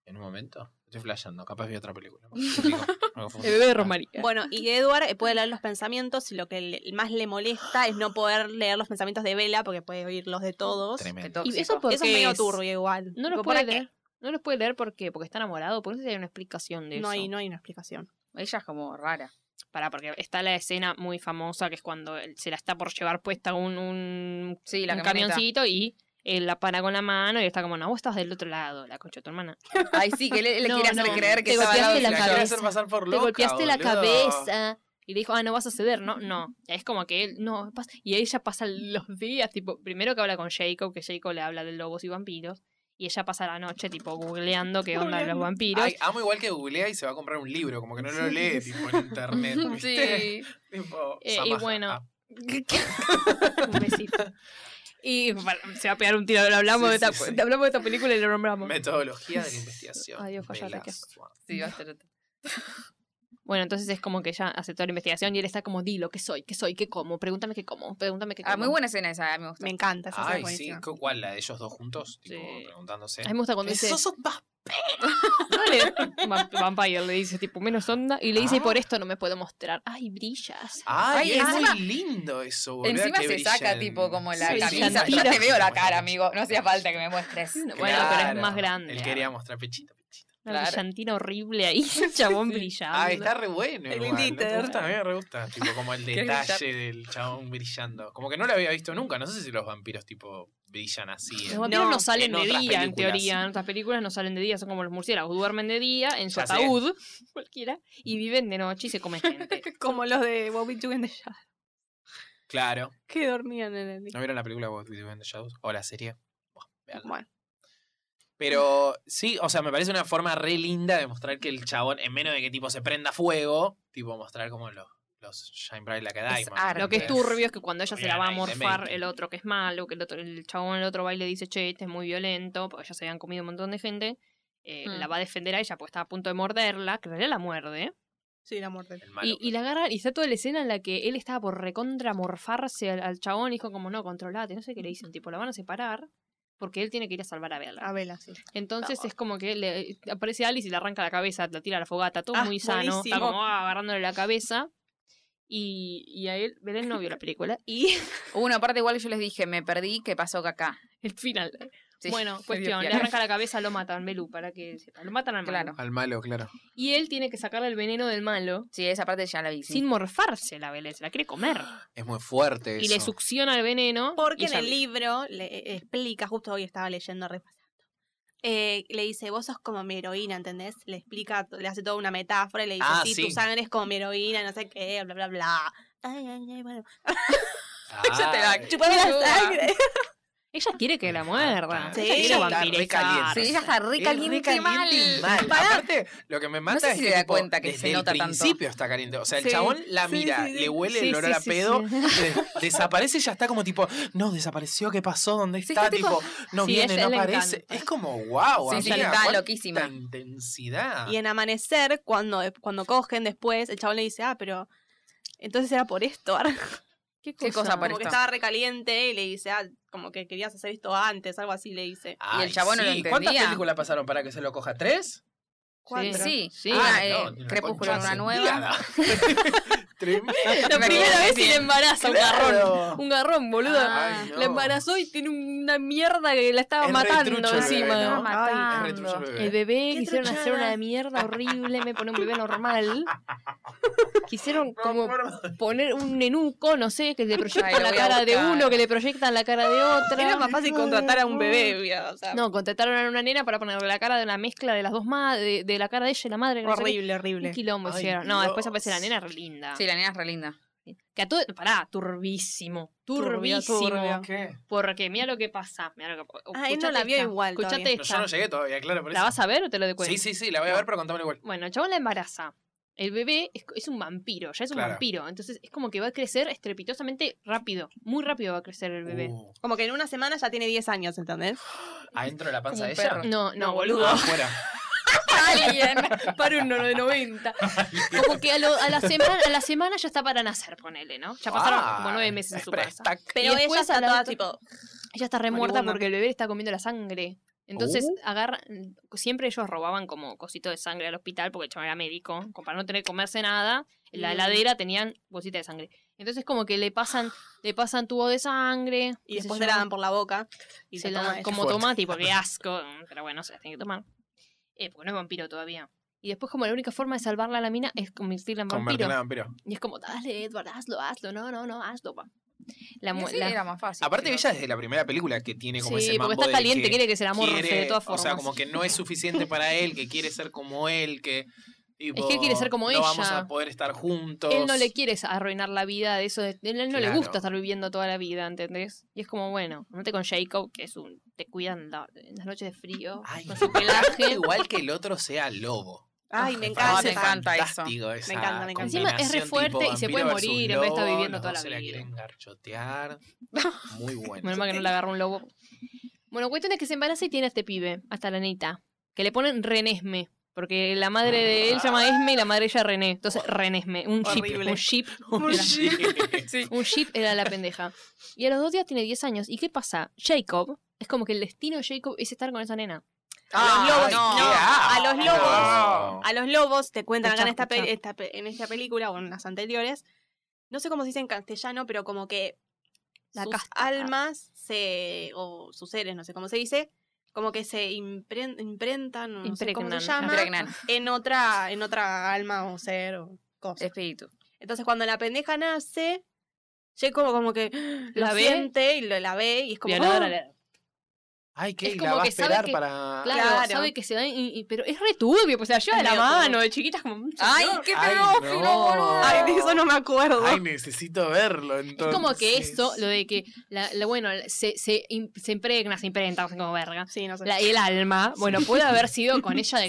A: en un momento. Estoy flasheando, capaz vi otra película.
D: [laughs] El "Eh,
A: Ah,
D: bebé de Romaría.
C: Bueno, y Edward eh, puede leer los pensamientos y lo que le- más le molesta es no poder leer los pensamientos de Vela porque puede oírlos de todos.
A: Tremendo.
B: Qué tóxico.
D: y eso porque
C: Eso es medio
D: es-
C: turbio igual. Tipo,
D: No
C: ¿para
D: los puede
C: qué?
D: leer. No los puede leer porque, porque está enamorado, por eso hay una explicación de eso.
C: No hay, no hay una explicación.
B: Ella es como rara.
D: Para, porque está la escena muy famosa que es cuando él se la está por llevar puesta un, un
B: Sí, la
D: un
B: camioneta.
D: camioncito y él la para con la mano y está como, no, vos estás del otro lado, la concha de tu hermana.
B: Ay, sí, que le, le
D: [laughs] No,
B: quiere hacer
D: no,
B: creer que
D: te
B: estaba al lado
D: golpeaste
B: de
D: la
A: la
B: ella.
D: cabeza.
A: cabeza. pasar por
D: Te
A: loca,
D: golpeaste la
A: boludo.
D: cabeza. Y le dijo, ah, no vas a ceder, no, no. Y es como que él, no, pas-". y ella pasa [laughs] los días, tipo, primero que habla con Jacob, que Jacob le habla de lobos y vampiros, y ella pasa la noche, tipo, googleando qué onda de los
C: Googleando.
D: vampiros.
A: Ay, amo igual que googlea y se va a comprar un libro, como que no lo lee tipo en
D: [laughs]
A: internet.
B: [laughs]
A: ¿viste? [laughs]
B: Sí.
A: Tipo,
D: Eh, y
A: Samaja.
D: bueno,
A: Ah,
D: [laughs] Un besito. Y bueno, se va a pegar un tiro, lo hablamos,
A: Sí,
D: de esta,
A: sí, sí.
D: te hablamos de esta película y lo nombramos.
A: metodología de la investigación.
D: Ay, Dios, cállate,
A: Velas.
D: qué asco.
B: Sí, va a ser-
D: Bueno, entonces es como que ella hace toda la investigación y él está como, dilo, ¿qué soy? ¿Qué soy? ¿Qué como? Pregúntame qué como, pregúntame qué como.
B: Ah, muy buena escena esa, me gusta.
C: Me encanta esa escena
A: Ay,
C: es
A: sí,
C: buenísima.
A: ¿cu- ¿cuál? La de ellos dos juntos, tipo,
D: Sí.
A: preguntándose.
D: A mí me gusta cuando dice,
A: Esos son más
D: Dale. Vamp- Vampire le dice, tipo, menos onda. Y le dice, y por
A: Ah.
D: esto no me puedo mostrar. Ay, brillas.
A: Ay,
B: Ay,
A: es
B: encima-
A: muy lindo eso, boludo.
B: Encima se saca tipo como la
D: Sí,
B: camisa.
D: sí.
B: Yo te veo la cara, amigo. No hacía falta que me muestres.
D: No, bueno, pero es más grande.
A: Él quería mostrar pechito, pechito.
D: Una
B: Claro.
D: brillantina horrible ahí. [laughs] el Chabón brillando.
A: Ah, está re bueno.
C: El
A: igual, ¿no te
C: glitter.
A: gusta? A mí me re gusta. Tipo, como el
B: Qué
A: detalle del chabón brillando. Como que no lo había visto nunca. No sé si los vampiros, tipo, brillan así.
D: Los
A: en-
D: vampiros no,
C: No,
D: salen
A: en
D: de día,
A: otras
D: en
A: películas.
D: teoría. En otras películas no salen de día, son como los murciélagos. Duermen de día en su
A: Ya sé.
D: ataúd, [laughs] cualquiera, y viven de noche y se comen
A: [laughs]
D: gente.
C: [laughs] Como los de Bobby Jug and the Shadow,
A: Claro.
C: [laughs] que dormían en el...
A: ¿No vieron la película What We Do in the Shadows? ¿O la serie? Buah, véanla.
C: Bueno,
A: Pero sí, o sea, me parece una forma re linda de mostrar que el chabón, en menos de que tipo se prenda fuego, tipo mostrar como los, los Shine Bright Like a
B: Es
A: Diamond.
B: arte.
D: Lo que es
A: ¿entendés?
D: turbio es que cuando ella se la va a
A: Obviamente,
D: morfar,
A: mente.
D: el otro que es malo, que el otro, el chabón, el otro baile dice, che, este es muy violento, porque ya se habían comido un montón de gente, eh,
B: Mm.
D: la va a defender a ella porque está a punto de morderla, que en realidad la muerde,
C: sí, la muerte.
A: El malo.
D: y, y la agarra, y está toda la escena en la que él estaba por recontramorfarse al, al chabón, y dijo como, no, controlate, no sé qué le dicen, tipo, la van a separar, porque él tiene que ir a salvar a Bella.
C: A vela, sí.
D: Entonces
B: Vamos.
D: es como que le aparece Alice y le arranca la cabeza, la tira a la fogata, todo
C: Ah,
D: muy sano, está
C: buenísimo.
D: como ah, agarrándole la cabeza. Y, y a él, Belén no vio la película. Y [laughs]
B: Hubo una parte igual que yo les dije, me perdí, ¿qué pasó acá?
D: el final.
B: Sí, [laughs]
D: bueno,
B: me
D: cuestión,
B: dio
D: le
B: fiaca.
D: arranca la cabeza, lo matan, Belú, para que sepa, Lo matan al malo.
B: Claro.
A: Al malo, claro.
D: Y él tiene que sacarle el veneno del malo
B: Sí, esa parte ya la vi. sí.
D: sin morfarse la Belén, se la quiere comer.
A: Es muy fuerte eso.
D: Y le succiona el veneno.
C: Porque
D: y
C: en
D: ya-
C: el libro le explica, justo hoy estaba leyendo, repasando. eh, le dice, vos sos como mi heroína, ¿entendés? Le explica, le hace toda una metáfora y le dice,
A: Ah,
C: sí,
A: sí.
C: tu sangre es como mi heroína, no sé qué, bla, bla, bla. Ay, ay, ay, bueno.
B: [laughs] Ya te
A: Ay,
B: la
C: Chupame la
B: Ayuda.
C: sangre. [laughs]
D: Ella quiere que la
A: Ah,
D: muerda.
C: sí,
D: ella quiere
C: ella está
A: re
D: vampirizar.
A: caliente.
B: Sí, ella está re
A: es
B: caliente,
A: recaliente
B: mal.
A: y Aparte, lo que me mata
B: sé
A: es
B: si
A: que
B: se da
A: tipo,
B: cuenta que
A: desde
B: se
A: el
B: nota tanto.
A: principio está caliente. O sea, el
C: Sí,
A: chabón la
C: sí,
A: mira,
C: sí, sí.
A: le huele
D: Sí,
A: el olor
D: sí,
A: a
D: sí,
A: pedo,
D: sí.
A: [laughs] de- desaparece y ya está como tipo, no, desapareció, ¿qué pasó? ¿Dónde
B: Sí,
A: está?
B: está
A: tipo,
B: tipo-
A: no
D: Sí,
A: viene,
D: ella
A: no
D: le
A: aparece.
D: encanta.
A: Es como, wow,
B: Sí, sí,
A: amiga,
B: está
A: ¿cuánta
B: loquísima.
A: intensidad.
C: Y en amanecer, cuando, eh, cuando cogen después, el chabón le dice, ah, pero entonces era por esto.
D: [laughs]
C: [laughs]
D: ¿Qué
B: ¿Qué cosa
C: como que
B: esto.
C: estaba recaliente y le dice, ah, como que querías hacer esto antes, algo así le dice.
A: Ay,
B: el chabón no lo
A: ¿Cuántas
B: entendía.
A: películas pasaron para que se lo coja? ¿Tres?
C: Cuatro.
B: Sí,
D: Sí.
B: una,
A: Ay,
B: eh,
A: no, ni una
B: Crepúsculo en
A: concha
B: una nueva.
A: sentida.
D: [laughs]
A: [laughs] Tremendo.
D: La primera vez y le embaraza un garrón.
A: Claro.
D: Un garrón, boludo.
B: Ah.
A: Ay, no.
D: La embarazó y tiene una mierda que la estaba
A: Es re
D: matando
A: trucho el bebé,
D: encima.
A: ¿no?
B: Estaba
A: Es
B: matando.
A: retrucho el bebé.
D: El bebé
C: Qué
D: quisieron
C: truchada.
D: hacer una mierda horrible, me pone un bebé normal. Quisieron
A: No,
D: como
A: por-
D: poner un nenuco, no sé, que le proyectan
B: lo
D: la
B: voy a
D: cara de
B: buscar.
D: uno, que le proyectan la cara de
C: Era
D: otra.
C: más fácil contratar a un bebé, o sea,
D: No, contrataron a una nena para ponerle la cara de una mezcla de las dos madres, de, de la cara de ella y la madre. que no sé qué.
C: horrible,
D: Un
C: horrible.
D: quilombo
A: Ay,
D: hicieron. No, después
A: Dios.
D: aparece la nena re linda.
B: Sí, la nena es re linda.
D: Que a todo, pará, turbísimo.
C: Turbia,
D: Turbísimo.
C: turbia.
A: ¿Qué?
D: Porque mira lo que pasa. Mira lo que,
C: Ah, él no la
D: escuchate
C: vio
D: esta,
C: igual
D: Escuchate
C: todavía.
A: No,
D: esta.
A: yo no llegué todavía, claro, por
D: ¿La
A: eso.
D: vas a ver o te lo de cuenta?
A: Sí, sí, sí, la voy a ver, pero contámelo igual.
D: Bueno, el chabón la embaraza. El bebé es, es un vampiro, ya es un
A: Claro.
D: vampiro. Entonces es como que va a crecer estrepitosamente rápido. Muy rápido va a crecer el bebé.
A: Uh,
C: Como que en una semana ya tiene 10 años, ¿entendés?
A: ¿Adentro de la panza
B: Como
A: de
B: un
A: ella?
B: perro.
D: No, no,
C: No,
D: boludo.
A: Ah,
D: [laughs]
A: afuera.
D: Alguien. Para un nono de 90. Como que a, lo- a la semana, a la semana ya está para nacer, ponele, ¿no? Ya pasaron
A: Ah,
D: como nueve meses en su
A: espera,
D: casa.
A: está-
C: Pero
D: después
C: ella está
D: a la
C: toda
D: otra-
C: tipo.
D: Ella está remuerta
C: Moribunda.
D: porque el bebé le está comiendo la sangre. Entonces
C: Oh.
A: Uh.
D: agarra, siempre ellos robaban como cosito de sangre al hospital porque el chaval era médico, como para no tener que comerse nada, en la
C: Mm.
D: heladera tenían cosita de sangre. Entonces como que le pasan, le pasan tubo de sangre,
C: Y
D: qué sé
C: después
D: yo,
C: se la dan por la boca. Y
D: se
C: se
D: la
C: la
D: dan
C: toma
D: como
A: Fuerte.
D: tomate, porque asco, pero bueno, se la tiene que tomar. Eh, porque no es vampiro todavía. Y después como la única forma de salvarla a la mina es convertirla en vampiro.
A: Convertirla en vampiro.
D: Y es como, dale Edward, hazlo, hazlo, no, no, no, hazlo. pa". La, mu-
B: Y así
D: la-
B: era más fácil.
A: Aparte,
B: chicos.
A: ella desde la primera película que tiene como ese
D: Sí, porque
A: mambo
D: está
A: de
D: caliente,
A: que
D: quiere que se la morfe
A: quiere-
D: de todas formas.
A: O sea, como que no es suficiente para él, que quiere ser como él, que... tipo,
D: Es que él quiere ser como
A: no
D: ella.
A: vamos a poder estar juntos.
D: Él no le quiere arruinar la vida de eso. de- Él, él no le
A: Claro.
D: gusta estar viviendo toda la vida, ¿entendés? Y es como, bueno, andate con Jacob, que es un. Te cuidan la- en las noches de frío.
A: Ay,
D: con
A: me
D: su
A: encanta
D: pelaje.
A: igual que el otro sea lobo.
C: Ay, me
B: Ah,
C: encanta.
B: me
A: parece
C: esa parte.
B: encanta eso.
A: fantástico esa
C: Me encanta, me encanta.
D: Encima es re
A: combinación
D: fuerte
A: tipo
D: y se
A: vampiro
D: puede
A: versus
D: morir en vez de estar
A: lobo,
D: viviendo
A: los
D: toda
A: dos
D: la
A: se la
D: vida.
A: quieren
D: [laughs]
A: garchotear. Muy bueno.
D: Menos mal que no le agarró un lobo. Bueno, cuestión es que se embaraza y tiene a este pibe, hasta la neta. Que le ponen Renesme. Porque la madre de él se llama Esme y la madre ella René. Entonces, Renesme. Un ship.
C: Horrible.
D: Un ship
A: Muy
D: [laughs]
A: bien.
D: Un jeep era la pendeja. Y a los dos días tiene 10 años. ¿Y qué pasa? Jacob, es como que el destino de Jacob es estar con esa nena.
B: Ah,
C: los lobos,
B: no.
C: no, a los lobos,
A: No.
C: a los lobos te cuentan acá en esta,
D: Escuchá,
C: pe- esta pe- en esta película o en las anteriores. No sé cómo se dice en castellano, pero como que
D: La
C: sus
D: casta.
C: almas se o sus seres, no sé cómo se dice, como que se impren- imprentan, o no sé cómo se
D: Impregnan,
C: llama,
B: Impregnan.
C: en otra en otra alma o ser o cosa.
B: Espíritu.
C: Entonces cuando la pendeja nace, ya como como que
D: La
C: lo
D: ve.
C: siente y lo, la ve y es como
D: Violadora
C: ¡ah!
D: le-
A: Ay, que
D: Es
A: la
D: como
A: va a
D: que sabe
A: esperar
D: que-
A: para.
D: Claro,
C: Claro.
D: sabe que se da. y- y- pero es re turbio, pues se la lleva de la
B: Medio como-
D: mano, de chiquitas como. "Mm,
B: ¡Ay, qué
A: Ay,
B: pedófilo,
A: no.
B: boludo!
C: Ay, de eso no me acuerdo.
A: Ay, necesito verlo
D: Es
A: entonces.
D: como que esto, lo de que, la, la- bueno, se, se, im- se impregna, se imprenta, no sé cómo verga.
C: sí, no sé.
D: la- el alma, bueno, puede haber sido con ella de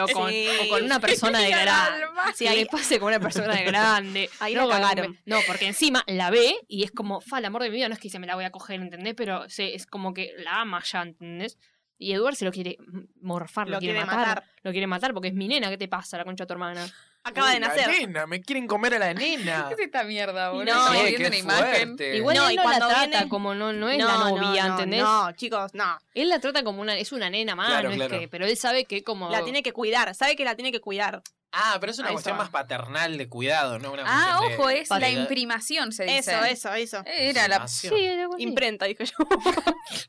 C: [laughs]
D: o con,
C: Sí.
D: o con una persona de
C: [laughs]
B: Mira el
D: grande.
B: alma.
D: Si ahí pase con una persona de grande.
C: Ahí
D: no,
C: la
D: con-
C: cagaron.
D: no, porque encima la ve y es como, fa, el amor de mi vida, no es que se me la voy a coger, ¿entendés? Pero se, es como que la ama ya, ¿entendés? Y Edward se lo quiere morfar, lo,
C: Lo
D: quiere,
C: quiere
D: matar,
C: matar.
D: Lo quiere matar porque es mi nena, ¿qué te pasa, la concha de tu hermana?
C: Acaba
A: Uy,
C: de
A: la
C: nacer.
A: nena, me quieren comer a la
D: [laughs]
A: nena.
B: ¿Qué es esta mierda, boludo?
C: No,
B: Estamos
A: Eh,
B: viendo
A: qué
B: una imagen.
A: fuerte.
D: Igual
C: No,
D: él
C: y
D: no la
C: cuando
D: trata
C: viene-
D: como, no, no es la novia,
C: no,
D: ¿entendés?
C: No, chicos, no.
D: Él la trata como una, es una nena más,
A: Claro,
D: no es
A: claro.
D: que- pero él sabe que como...
C: La tiene que cuidar, sabe que la tiene que cuidar.
A: Ah, pero es una
D: Ahí
A: cuestión
D: está.
A: más paternal de cuidado, ¿no? Una
B: Ah,
A: cuestión de-
B: ojo, es la
A: de-
B: imprimación, se dice.
C: Eso, eso, eso.
B: Eh, Era la...
D: Sí,
A: Imprimación.
D: algo así.
C: Imprenta, dije yo. [laughs]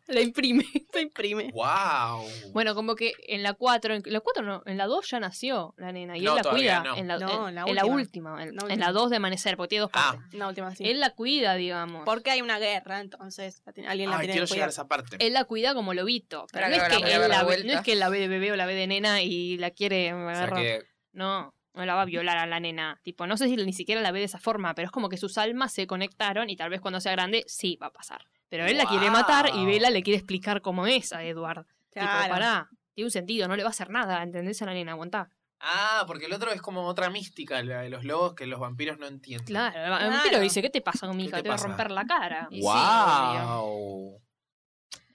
D: la imprime.
C: Esto imprime. [laughs]
A: Wow.
D: Bueno, como que en la 4, en la 4 no, en la 2 ya nació la nena y
A: No,
D: él la
A: todavía
D: cuida.
A: no.
D: En la,
C: No,
D: en,
C: la
D: en la
C: última.
D: última, en
C: La
D: en la,
C: última.
D: 2 de amanecer, porque tiene dos
A: Ah.
D: partes.
C: Una última, sí.
D: Él la cuida, digamos.
C: Porque hay una guerra, entonces la tiene- alguien la
A: Ay,
C: tiene
A: quiero
C: que
A: llegar a
C: cuidar.
A: esa parte.
D: Él la cuida como lobito. Pero
B: Ahora
D: no,
B: que
D: es
B: ahora
D: que
B: voy a
D: él
B: dar la
D: la ve, no
B: vuelta.
D: es que él la ve de bebé o la ve de nena y la quiere.
A: O sea que-
D: No, no la va a violar a la nena. Tipo, no sé si ni siquiera la ve de esa forma, pero es como que sus almas se conectaron y tal vez cuando sea grande sí va a pasar. Pero él la quiere matar y
A: Guau.
D: Vela le quiere explicar cómo es a Edward. Tipo,
C: Claro.
D: pará, tiene un sentido, no le va a hacer nada, ¿entendés a la nena? Aguantá.
A: Ah, porque el otro es como otra mística, la de los lobos que los vampiros no entienden.
D: Claro, el
C: Claro.
D: vampiro dice, ¿qué te pasa, mi hija?
A: te
D: Te, voy a
A: pasa?
D: romper la cara.
B: Y sí,
A: Wow.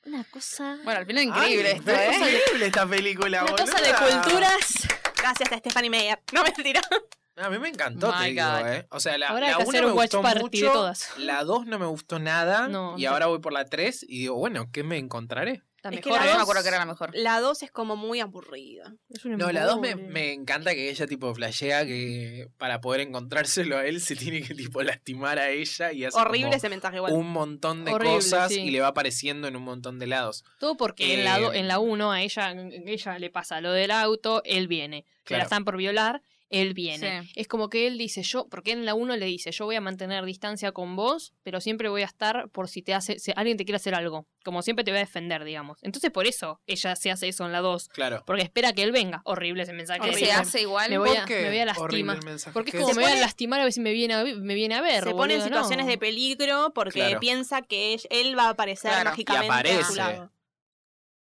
D: Una cosa...
B: Bueno, al final increíble
A: Ay,
B: esto,
A: es
B: ¿eh?
A: Increíble esta película,
D: una cosa de
A: boluda.
D: culturas.
C: Gracias a Stephanie Meyer. No, mentira. [laughs]
A: A mí me encantó, te
B: My
A: digo,
B: God.
A: ¿eh? O sea, la,
D: Ahora
A: la
D: hay que
A: uno
D: hacer
A: me
D: un watch
A: gustó
D: party
A: mucho,
D: de todas.
A: la 2 no me gustó nada,
D: No,
A: y
D: yo-
A: ahora voy por la 3 y digo, bueno, ¿qué me encontraré?
D: La
C: Es que
D: mejor,
B: ¿eh? Yo no
C: la
B: me
C: dos-
B: acuerdo que era la mejor.
C: La 2 es como muy aburrida.
D: Es un
A: No, la 2 me,
D: embole.
A: me encanta que ella tipo flashea que para poder encontrárselo a él se tiene que tipo lastimar a ella y hace
C: Horrible
A: como
C: ese mensaje igual.
A: un montón de
D: Horrible,
A: cosas
D: sí.
A: y le va apareciendo en un montón de lados.
D: Todo porque en, la do-
A: Eh,
D: en la 1 a ella, ella le pasa lo del auto, él viene. Que
A: Claro.
D: la están por violar, él viene.
B: Sí.
D: Es como que él dice, yo, porque en la 1 le dice, yo voy a mantener distancia con vos, pero siempre voy a estar por si te hace, si alguien te quiere hacer algo. Como siempre te voy a defender, digamos. Entonces por eso ella se hace eso en la 2.
A: Claro.
D: Porque espera que él venga. Horrible ese mensaje.
B: Que
C: Horrible.
B: se hace igual.
D: Me voy a-
A: ¿Por qué?
D: me voy a lastimar.
A: Horrible el mensaje.
D: Porque es
A: ¿Qué
D: como me voy
A: decís?
D: a lastimar a ver si me viene a, vi- me viene a ver.
C: se pone en
D: boludo,
C: situaciones
D: no.
C: de peligro porque
A: Claro.
C: piensa que él- él va a aparecer
B: Claro, y
C: mágicamente a su
A: aparece.
C: lado.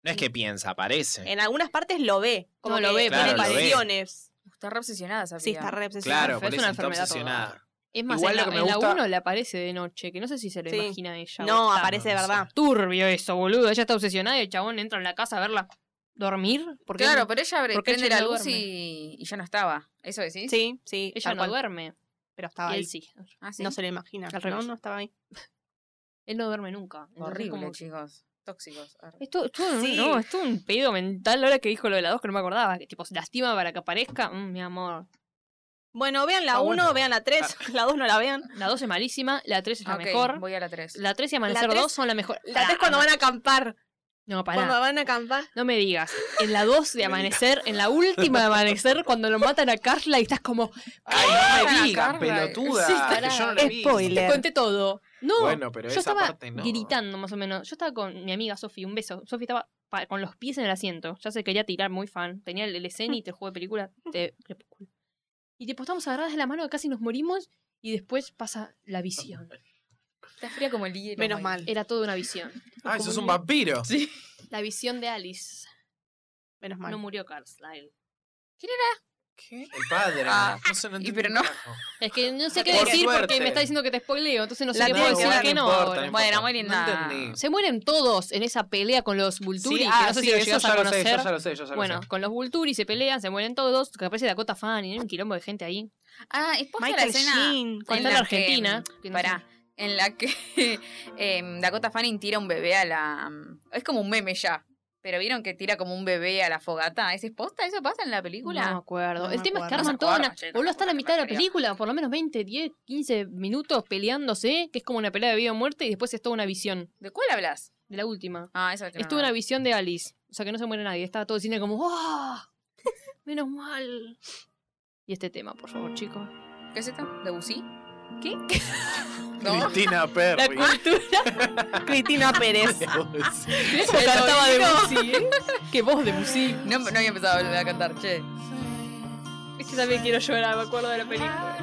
A: No es que piensa, aparece.
C: En algunas partes lo ve. Como
D: No, lo
C: que
D: ve,
C: tiene
A: Claro, lo ve.
C: visiones.
B: Está re obsesionada esa
C: Sí,
B: piba.
C: está re obsesionado.
A: Claro,
D: es
A: por eso
D: una
A: está
D: enfermedad
A: obsesionada.
D: toda. Es más,
A: Igual
D: en
A: lo
D: la,
A: que me
D: en la
A: gusta-
D: 1 le aparece de noche, que no sé si se lo
C: Sí.
D: imagina ella. o
C: No,
D: está.
C: aparece de
A: no sé.
C: verdad.
D: Turbio eso, boludo. Ella está obsesionada y el chabón entra en la casa a verla dormir. Porque
B: Claro,
D: él-
C: pues,
B: pero ella abre-
D: porque
B: prende
D: ella
B: la
D: no
B: luz
D: duerme.
B: y, y ya no estaba. ¿Eso decís?
C: Sí, sí.
D: ella
C: tal
D: no
C: cual.
D: duerme.
C: Pero estaba
D: y
C: ahí.
D: él sí.
B: Ah, sí.
C: No se lo imagina.
D: Al
C: No,
D: revés.
C: no estaba ahí.
D: Él no duerme nunca. Entonces,
B: Horrible,
D: como-
B: chicos. Tóxicos. Arre.
D: Esto, esto,
C: Sí.
D: no, esto un pedo mental ahora que dijo lo de la 2 que no me acordaba. Que tipo, se lastima para que aparezca. Mm, mi amor.
C: Bueno, vean la
A: Ah,
C: 1,
A: bueno.
C: vean la 3,
D: Ah.
C: [laughs] la 2 no la
D: [laughs]
C: vean.
D: La 2 es malísima, la 3 es la
B: Ok,
D: mejor.
B: voy a la 3.
D: La 3 y Amanecer
C: La tres-
D: 2 son la mejor.
C: La 3 cuando van a acampar.
D: No, Ah. pará.
C: Cuando van a acampar.
D: No me digas. En la 2 de
A: No me
D: amanecer, en la última de
A: [laughs]
D: amanecer, cuando lo matan a Carla y estás como,
A: Ay, no
B: Ah,
A: me digan,
B: Carla.
A: pelotuda.
D: Sí,
A: que
D: pará.
A: yo no la vi.
D: te conté todo. No,
A: Bueno, pero
D: yo
A: esa
D: estaba
A: parte no.
D: gritando más o menos. Yo estaba con mi amiga Sofi, un beso. Sofi estaba pa- con los pies en el asiento. Ya se quería tirar, muy fan. Tenía el escena y te juego de película de Crepúsculo. Y tipo, estamos agarradas de la mano, casi nos morimos y después pasa la visión.
B: Está fría como el hielo.
C: Menos
B: Mike.
C: mal.
D: Era toda una visión.
A: Ah, eso es un vampiro. Sí.
D: La visión de Alice.
C: Menos mal.
D: No murió Carlyle.
A: ¿Qué? El padre.
B: Ah,
A: No sé, no
B: y
A: entendí
B: pero
A: un
B: no.
A: carajo.
D: Es que no sé qué
A: Por
D: decir porque
A: suerte.
D: me está diciendo que te spoileo, entonces no sé
C: La
D: qué
A: No,
C: tiene
D: puedo
C: que
D: decir
C: ver,
D: que
A: no
D: no.
A: importa,
D: ahora.
A: no
B: Bueno,
A: importa.
B: muy
A: No
B: linda.
A: entendí.
D: Se mueren todos en esa pelea con los Vulturi,
A: Sí,
D: que
A: ah,
D: no sé
A: sí,
D: si lo
A: eso
D: llegas
A: ya
D: a
A: lo sé,
D: conocer.
A: yo ya lo sé, yo ya lo
D: bueno,
A: sé.
D: con los Vulturi se pelean, se mueren todos, que aparece Dakota Fanning, hay un quilombo de gente ahí.
B: Ah, es posta la
C: Michael
B: escena.
D: [laughs]
C: Sheen.
D: Cuando
B: En
D: está en
B: la que,
D: Argentina. que no
B: Pará.
D: sé-
E: [laughs] mm,
B: En la que em, Dakota Fanning tira un bebé a la. Es como un meme ya.
E: Pero vieron que tira como un bebé a la fogata. ¿Ese es posta? ¿Eso pasa en la película?
D: No me acuerdo.
C: No
D: el
C: me
D: tema es que
C: acuerdo.
D: arman
E: No se
D: toda
E: acuerda,
D: una.
E: che, no
D: Boludo,
E: me
D: está a la
E: acuerdo,
D: mitad de la
E: pero-
D: película, por lo menos 20, 10, 15 minutos peleándose, que es como una pelea de vida o muerte, y después es toda una visión,
E: ¿De cuál hablas?
D: de la última.
E: Ah, esa
D: Es toda una visión de Alice. O sea que no se muere nadie. Está todo el cine como. ¡Ah! Menos mal. [laughs] Y este tema, por favor, chicos.
E: ¿Qué es esta? ¿De Busi?
D: ¿Qué?
E: [laughs] ¿No?
A: Cristina Perry.
C: Cristina Pérez.
D: [laughs] Eso
E: Pero
D: cantaba de
E: no.
D: Musi, ¿eh? Qué voz de Musi.
E: No, no había empezado a cantar, che.
D: Es que también quiero llorar, me acuerdo de la película.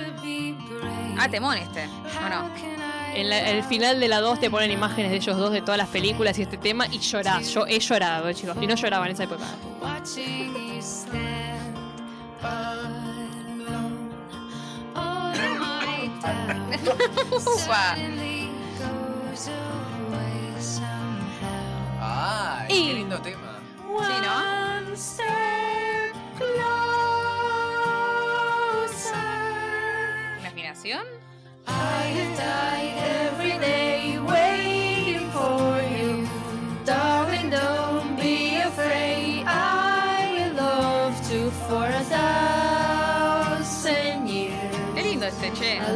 E: Ah, temón este. ¿O no?
D: En la- el final de la 2 te ponen imágenes de ellos dos de todas las películas y este tema y llorás. Yo he llorado, eh, chicos. Y no lloraba en esa época.
E: [laughs] Ufa.
A: Ay,
D: Y-
A: qué lindo tema.
E: Sí, ¿no? ¿Imaginación? Qué lindo este, che.
D: A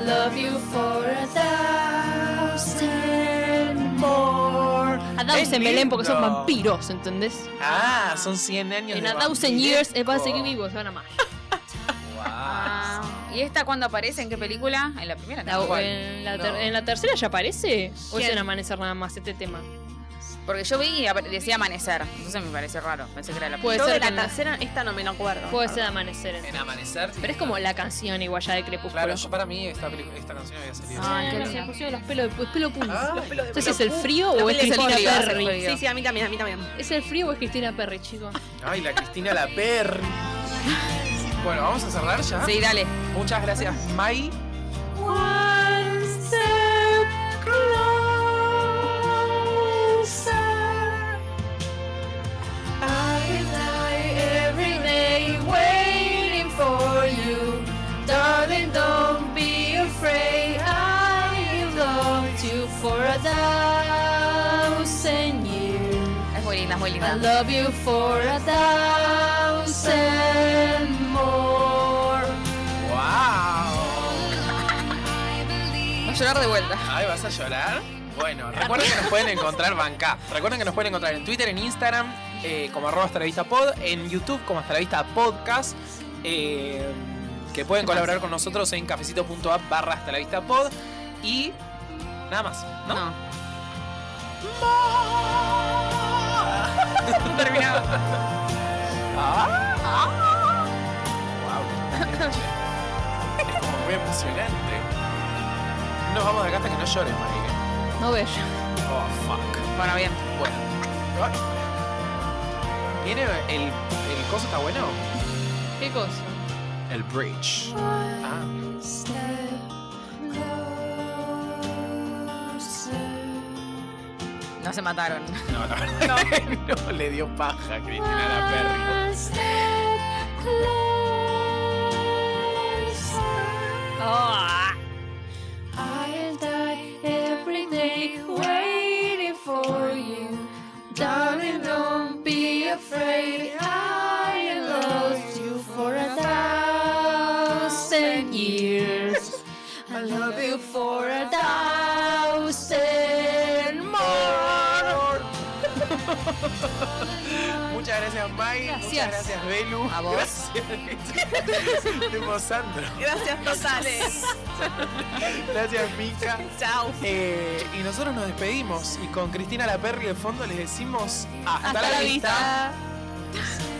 D: en
A: lindo.
D: Belén porque son vampiros, ¿entendés?
A: Ah, son 100 años
D: En
A: de
D: A Thousand Years eh, van a seguir
A: vampiresco.
D: vivos, se van a más.
A: Guau.
E: Ah, ¿Y esta cuándo aparece? ¿En qué película? En la primera.
D: La- eh.
E: ¿no?
D: en, la ter-
A: No.
D: en la tercera ya aparece. O es
E: ¿Quién?
D: en amanecer nada más este tema.
E: Porque yo vi y apare- decía amanecer. Entonces me pareció raro. Pensé que era la
D: Puede
C: Yo
D: ser
C: de la
D: que no.
C: tercera, esta no me la acuerdo.
D: Puede ser amanecer.
A: En
D: entonces.
A: amanecer.
D: Pero es como la canción igual ya de Crepúsculo.
A: Claro, yo para mí esta, pelicu- esta canción había salido. Ah.
D: Ah,
E: qué
D: se
E: lindo.
D: pusieron los pelos, pues, pelo Ah. pulso.
A: Ay,
D: Entonces, ¿es el frío
E: La
D: o es
E: peli es el
D: Cristina
E: frío, es el
D: Perry?
E: frío.
C: Sí, sí, a mí también, a mí también.
D: ¿Es el frío o es Cristina Perry, chicos?
A: Ay, la Cristina la
D: [laughs]
A: Perry. Bueno, vamos a cerrar ya.
E: Sí, dale.
A: Muchas gracias, Mai.
E: Es muy linda, es muy linda.
A: ¡Wow!
E: Va a llorar de vuelta.
A: Ay, ¿vas a llorar? Bueno, recuerden que nos pueden encontrar Banca. Recuerden que nos pueden encontrar en Twitter, en Instagram, eh, como arroba hasta la vista pod, en YouTube como hasta la vista podcast. eh, que pueden colaborar con nosotros en cafecito.app barra hasta la vista pod. Y nada más, ¿no? [laughs] Terminado. Ah, ah. Wow. Es como muy emocionante. Nos vamos de acá hasta que no llores, Marica.
D: No ves.
A: Oh, fuck.
E: Bueno, bien.
A: Bueno. ¿Viene el, el coso está bueno?
D: ¿Qué cosa?
A: El bridge. Ah.
E: No se mataron.
A: No, la verdad que [laughs] no le dio paja a Cristina la Perry.
D: Ah.
A: Muchas gracias, Mai. Muchas
D: Gracias.
A: gracias, Belu.
E: A vos.
A: [laughs] Gracias, Primo Sandro.
C: Gracias totales.
A: Gracias, Mica.
C: Chao.
A: Eh, y nosotros nos despedimos y con Cristina La Perry de fondo les decimos hasta,
C: Hasta la vista.
E: Chao.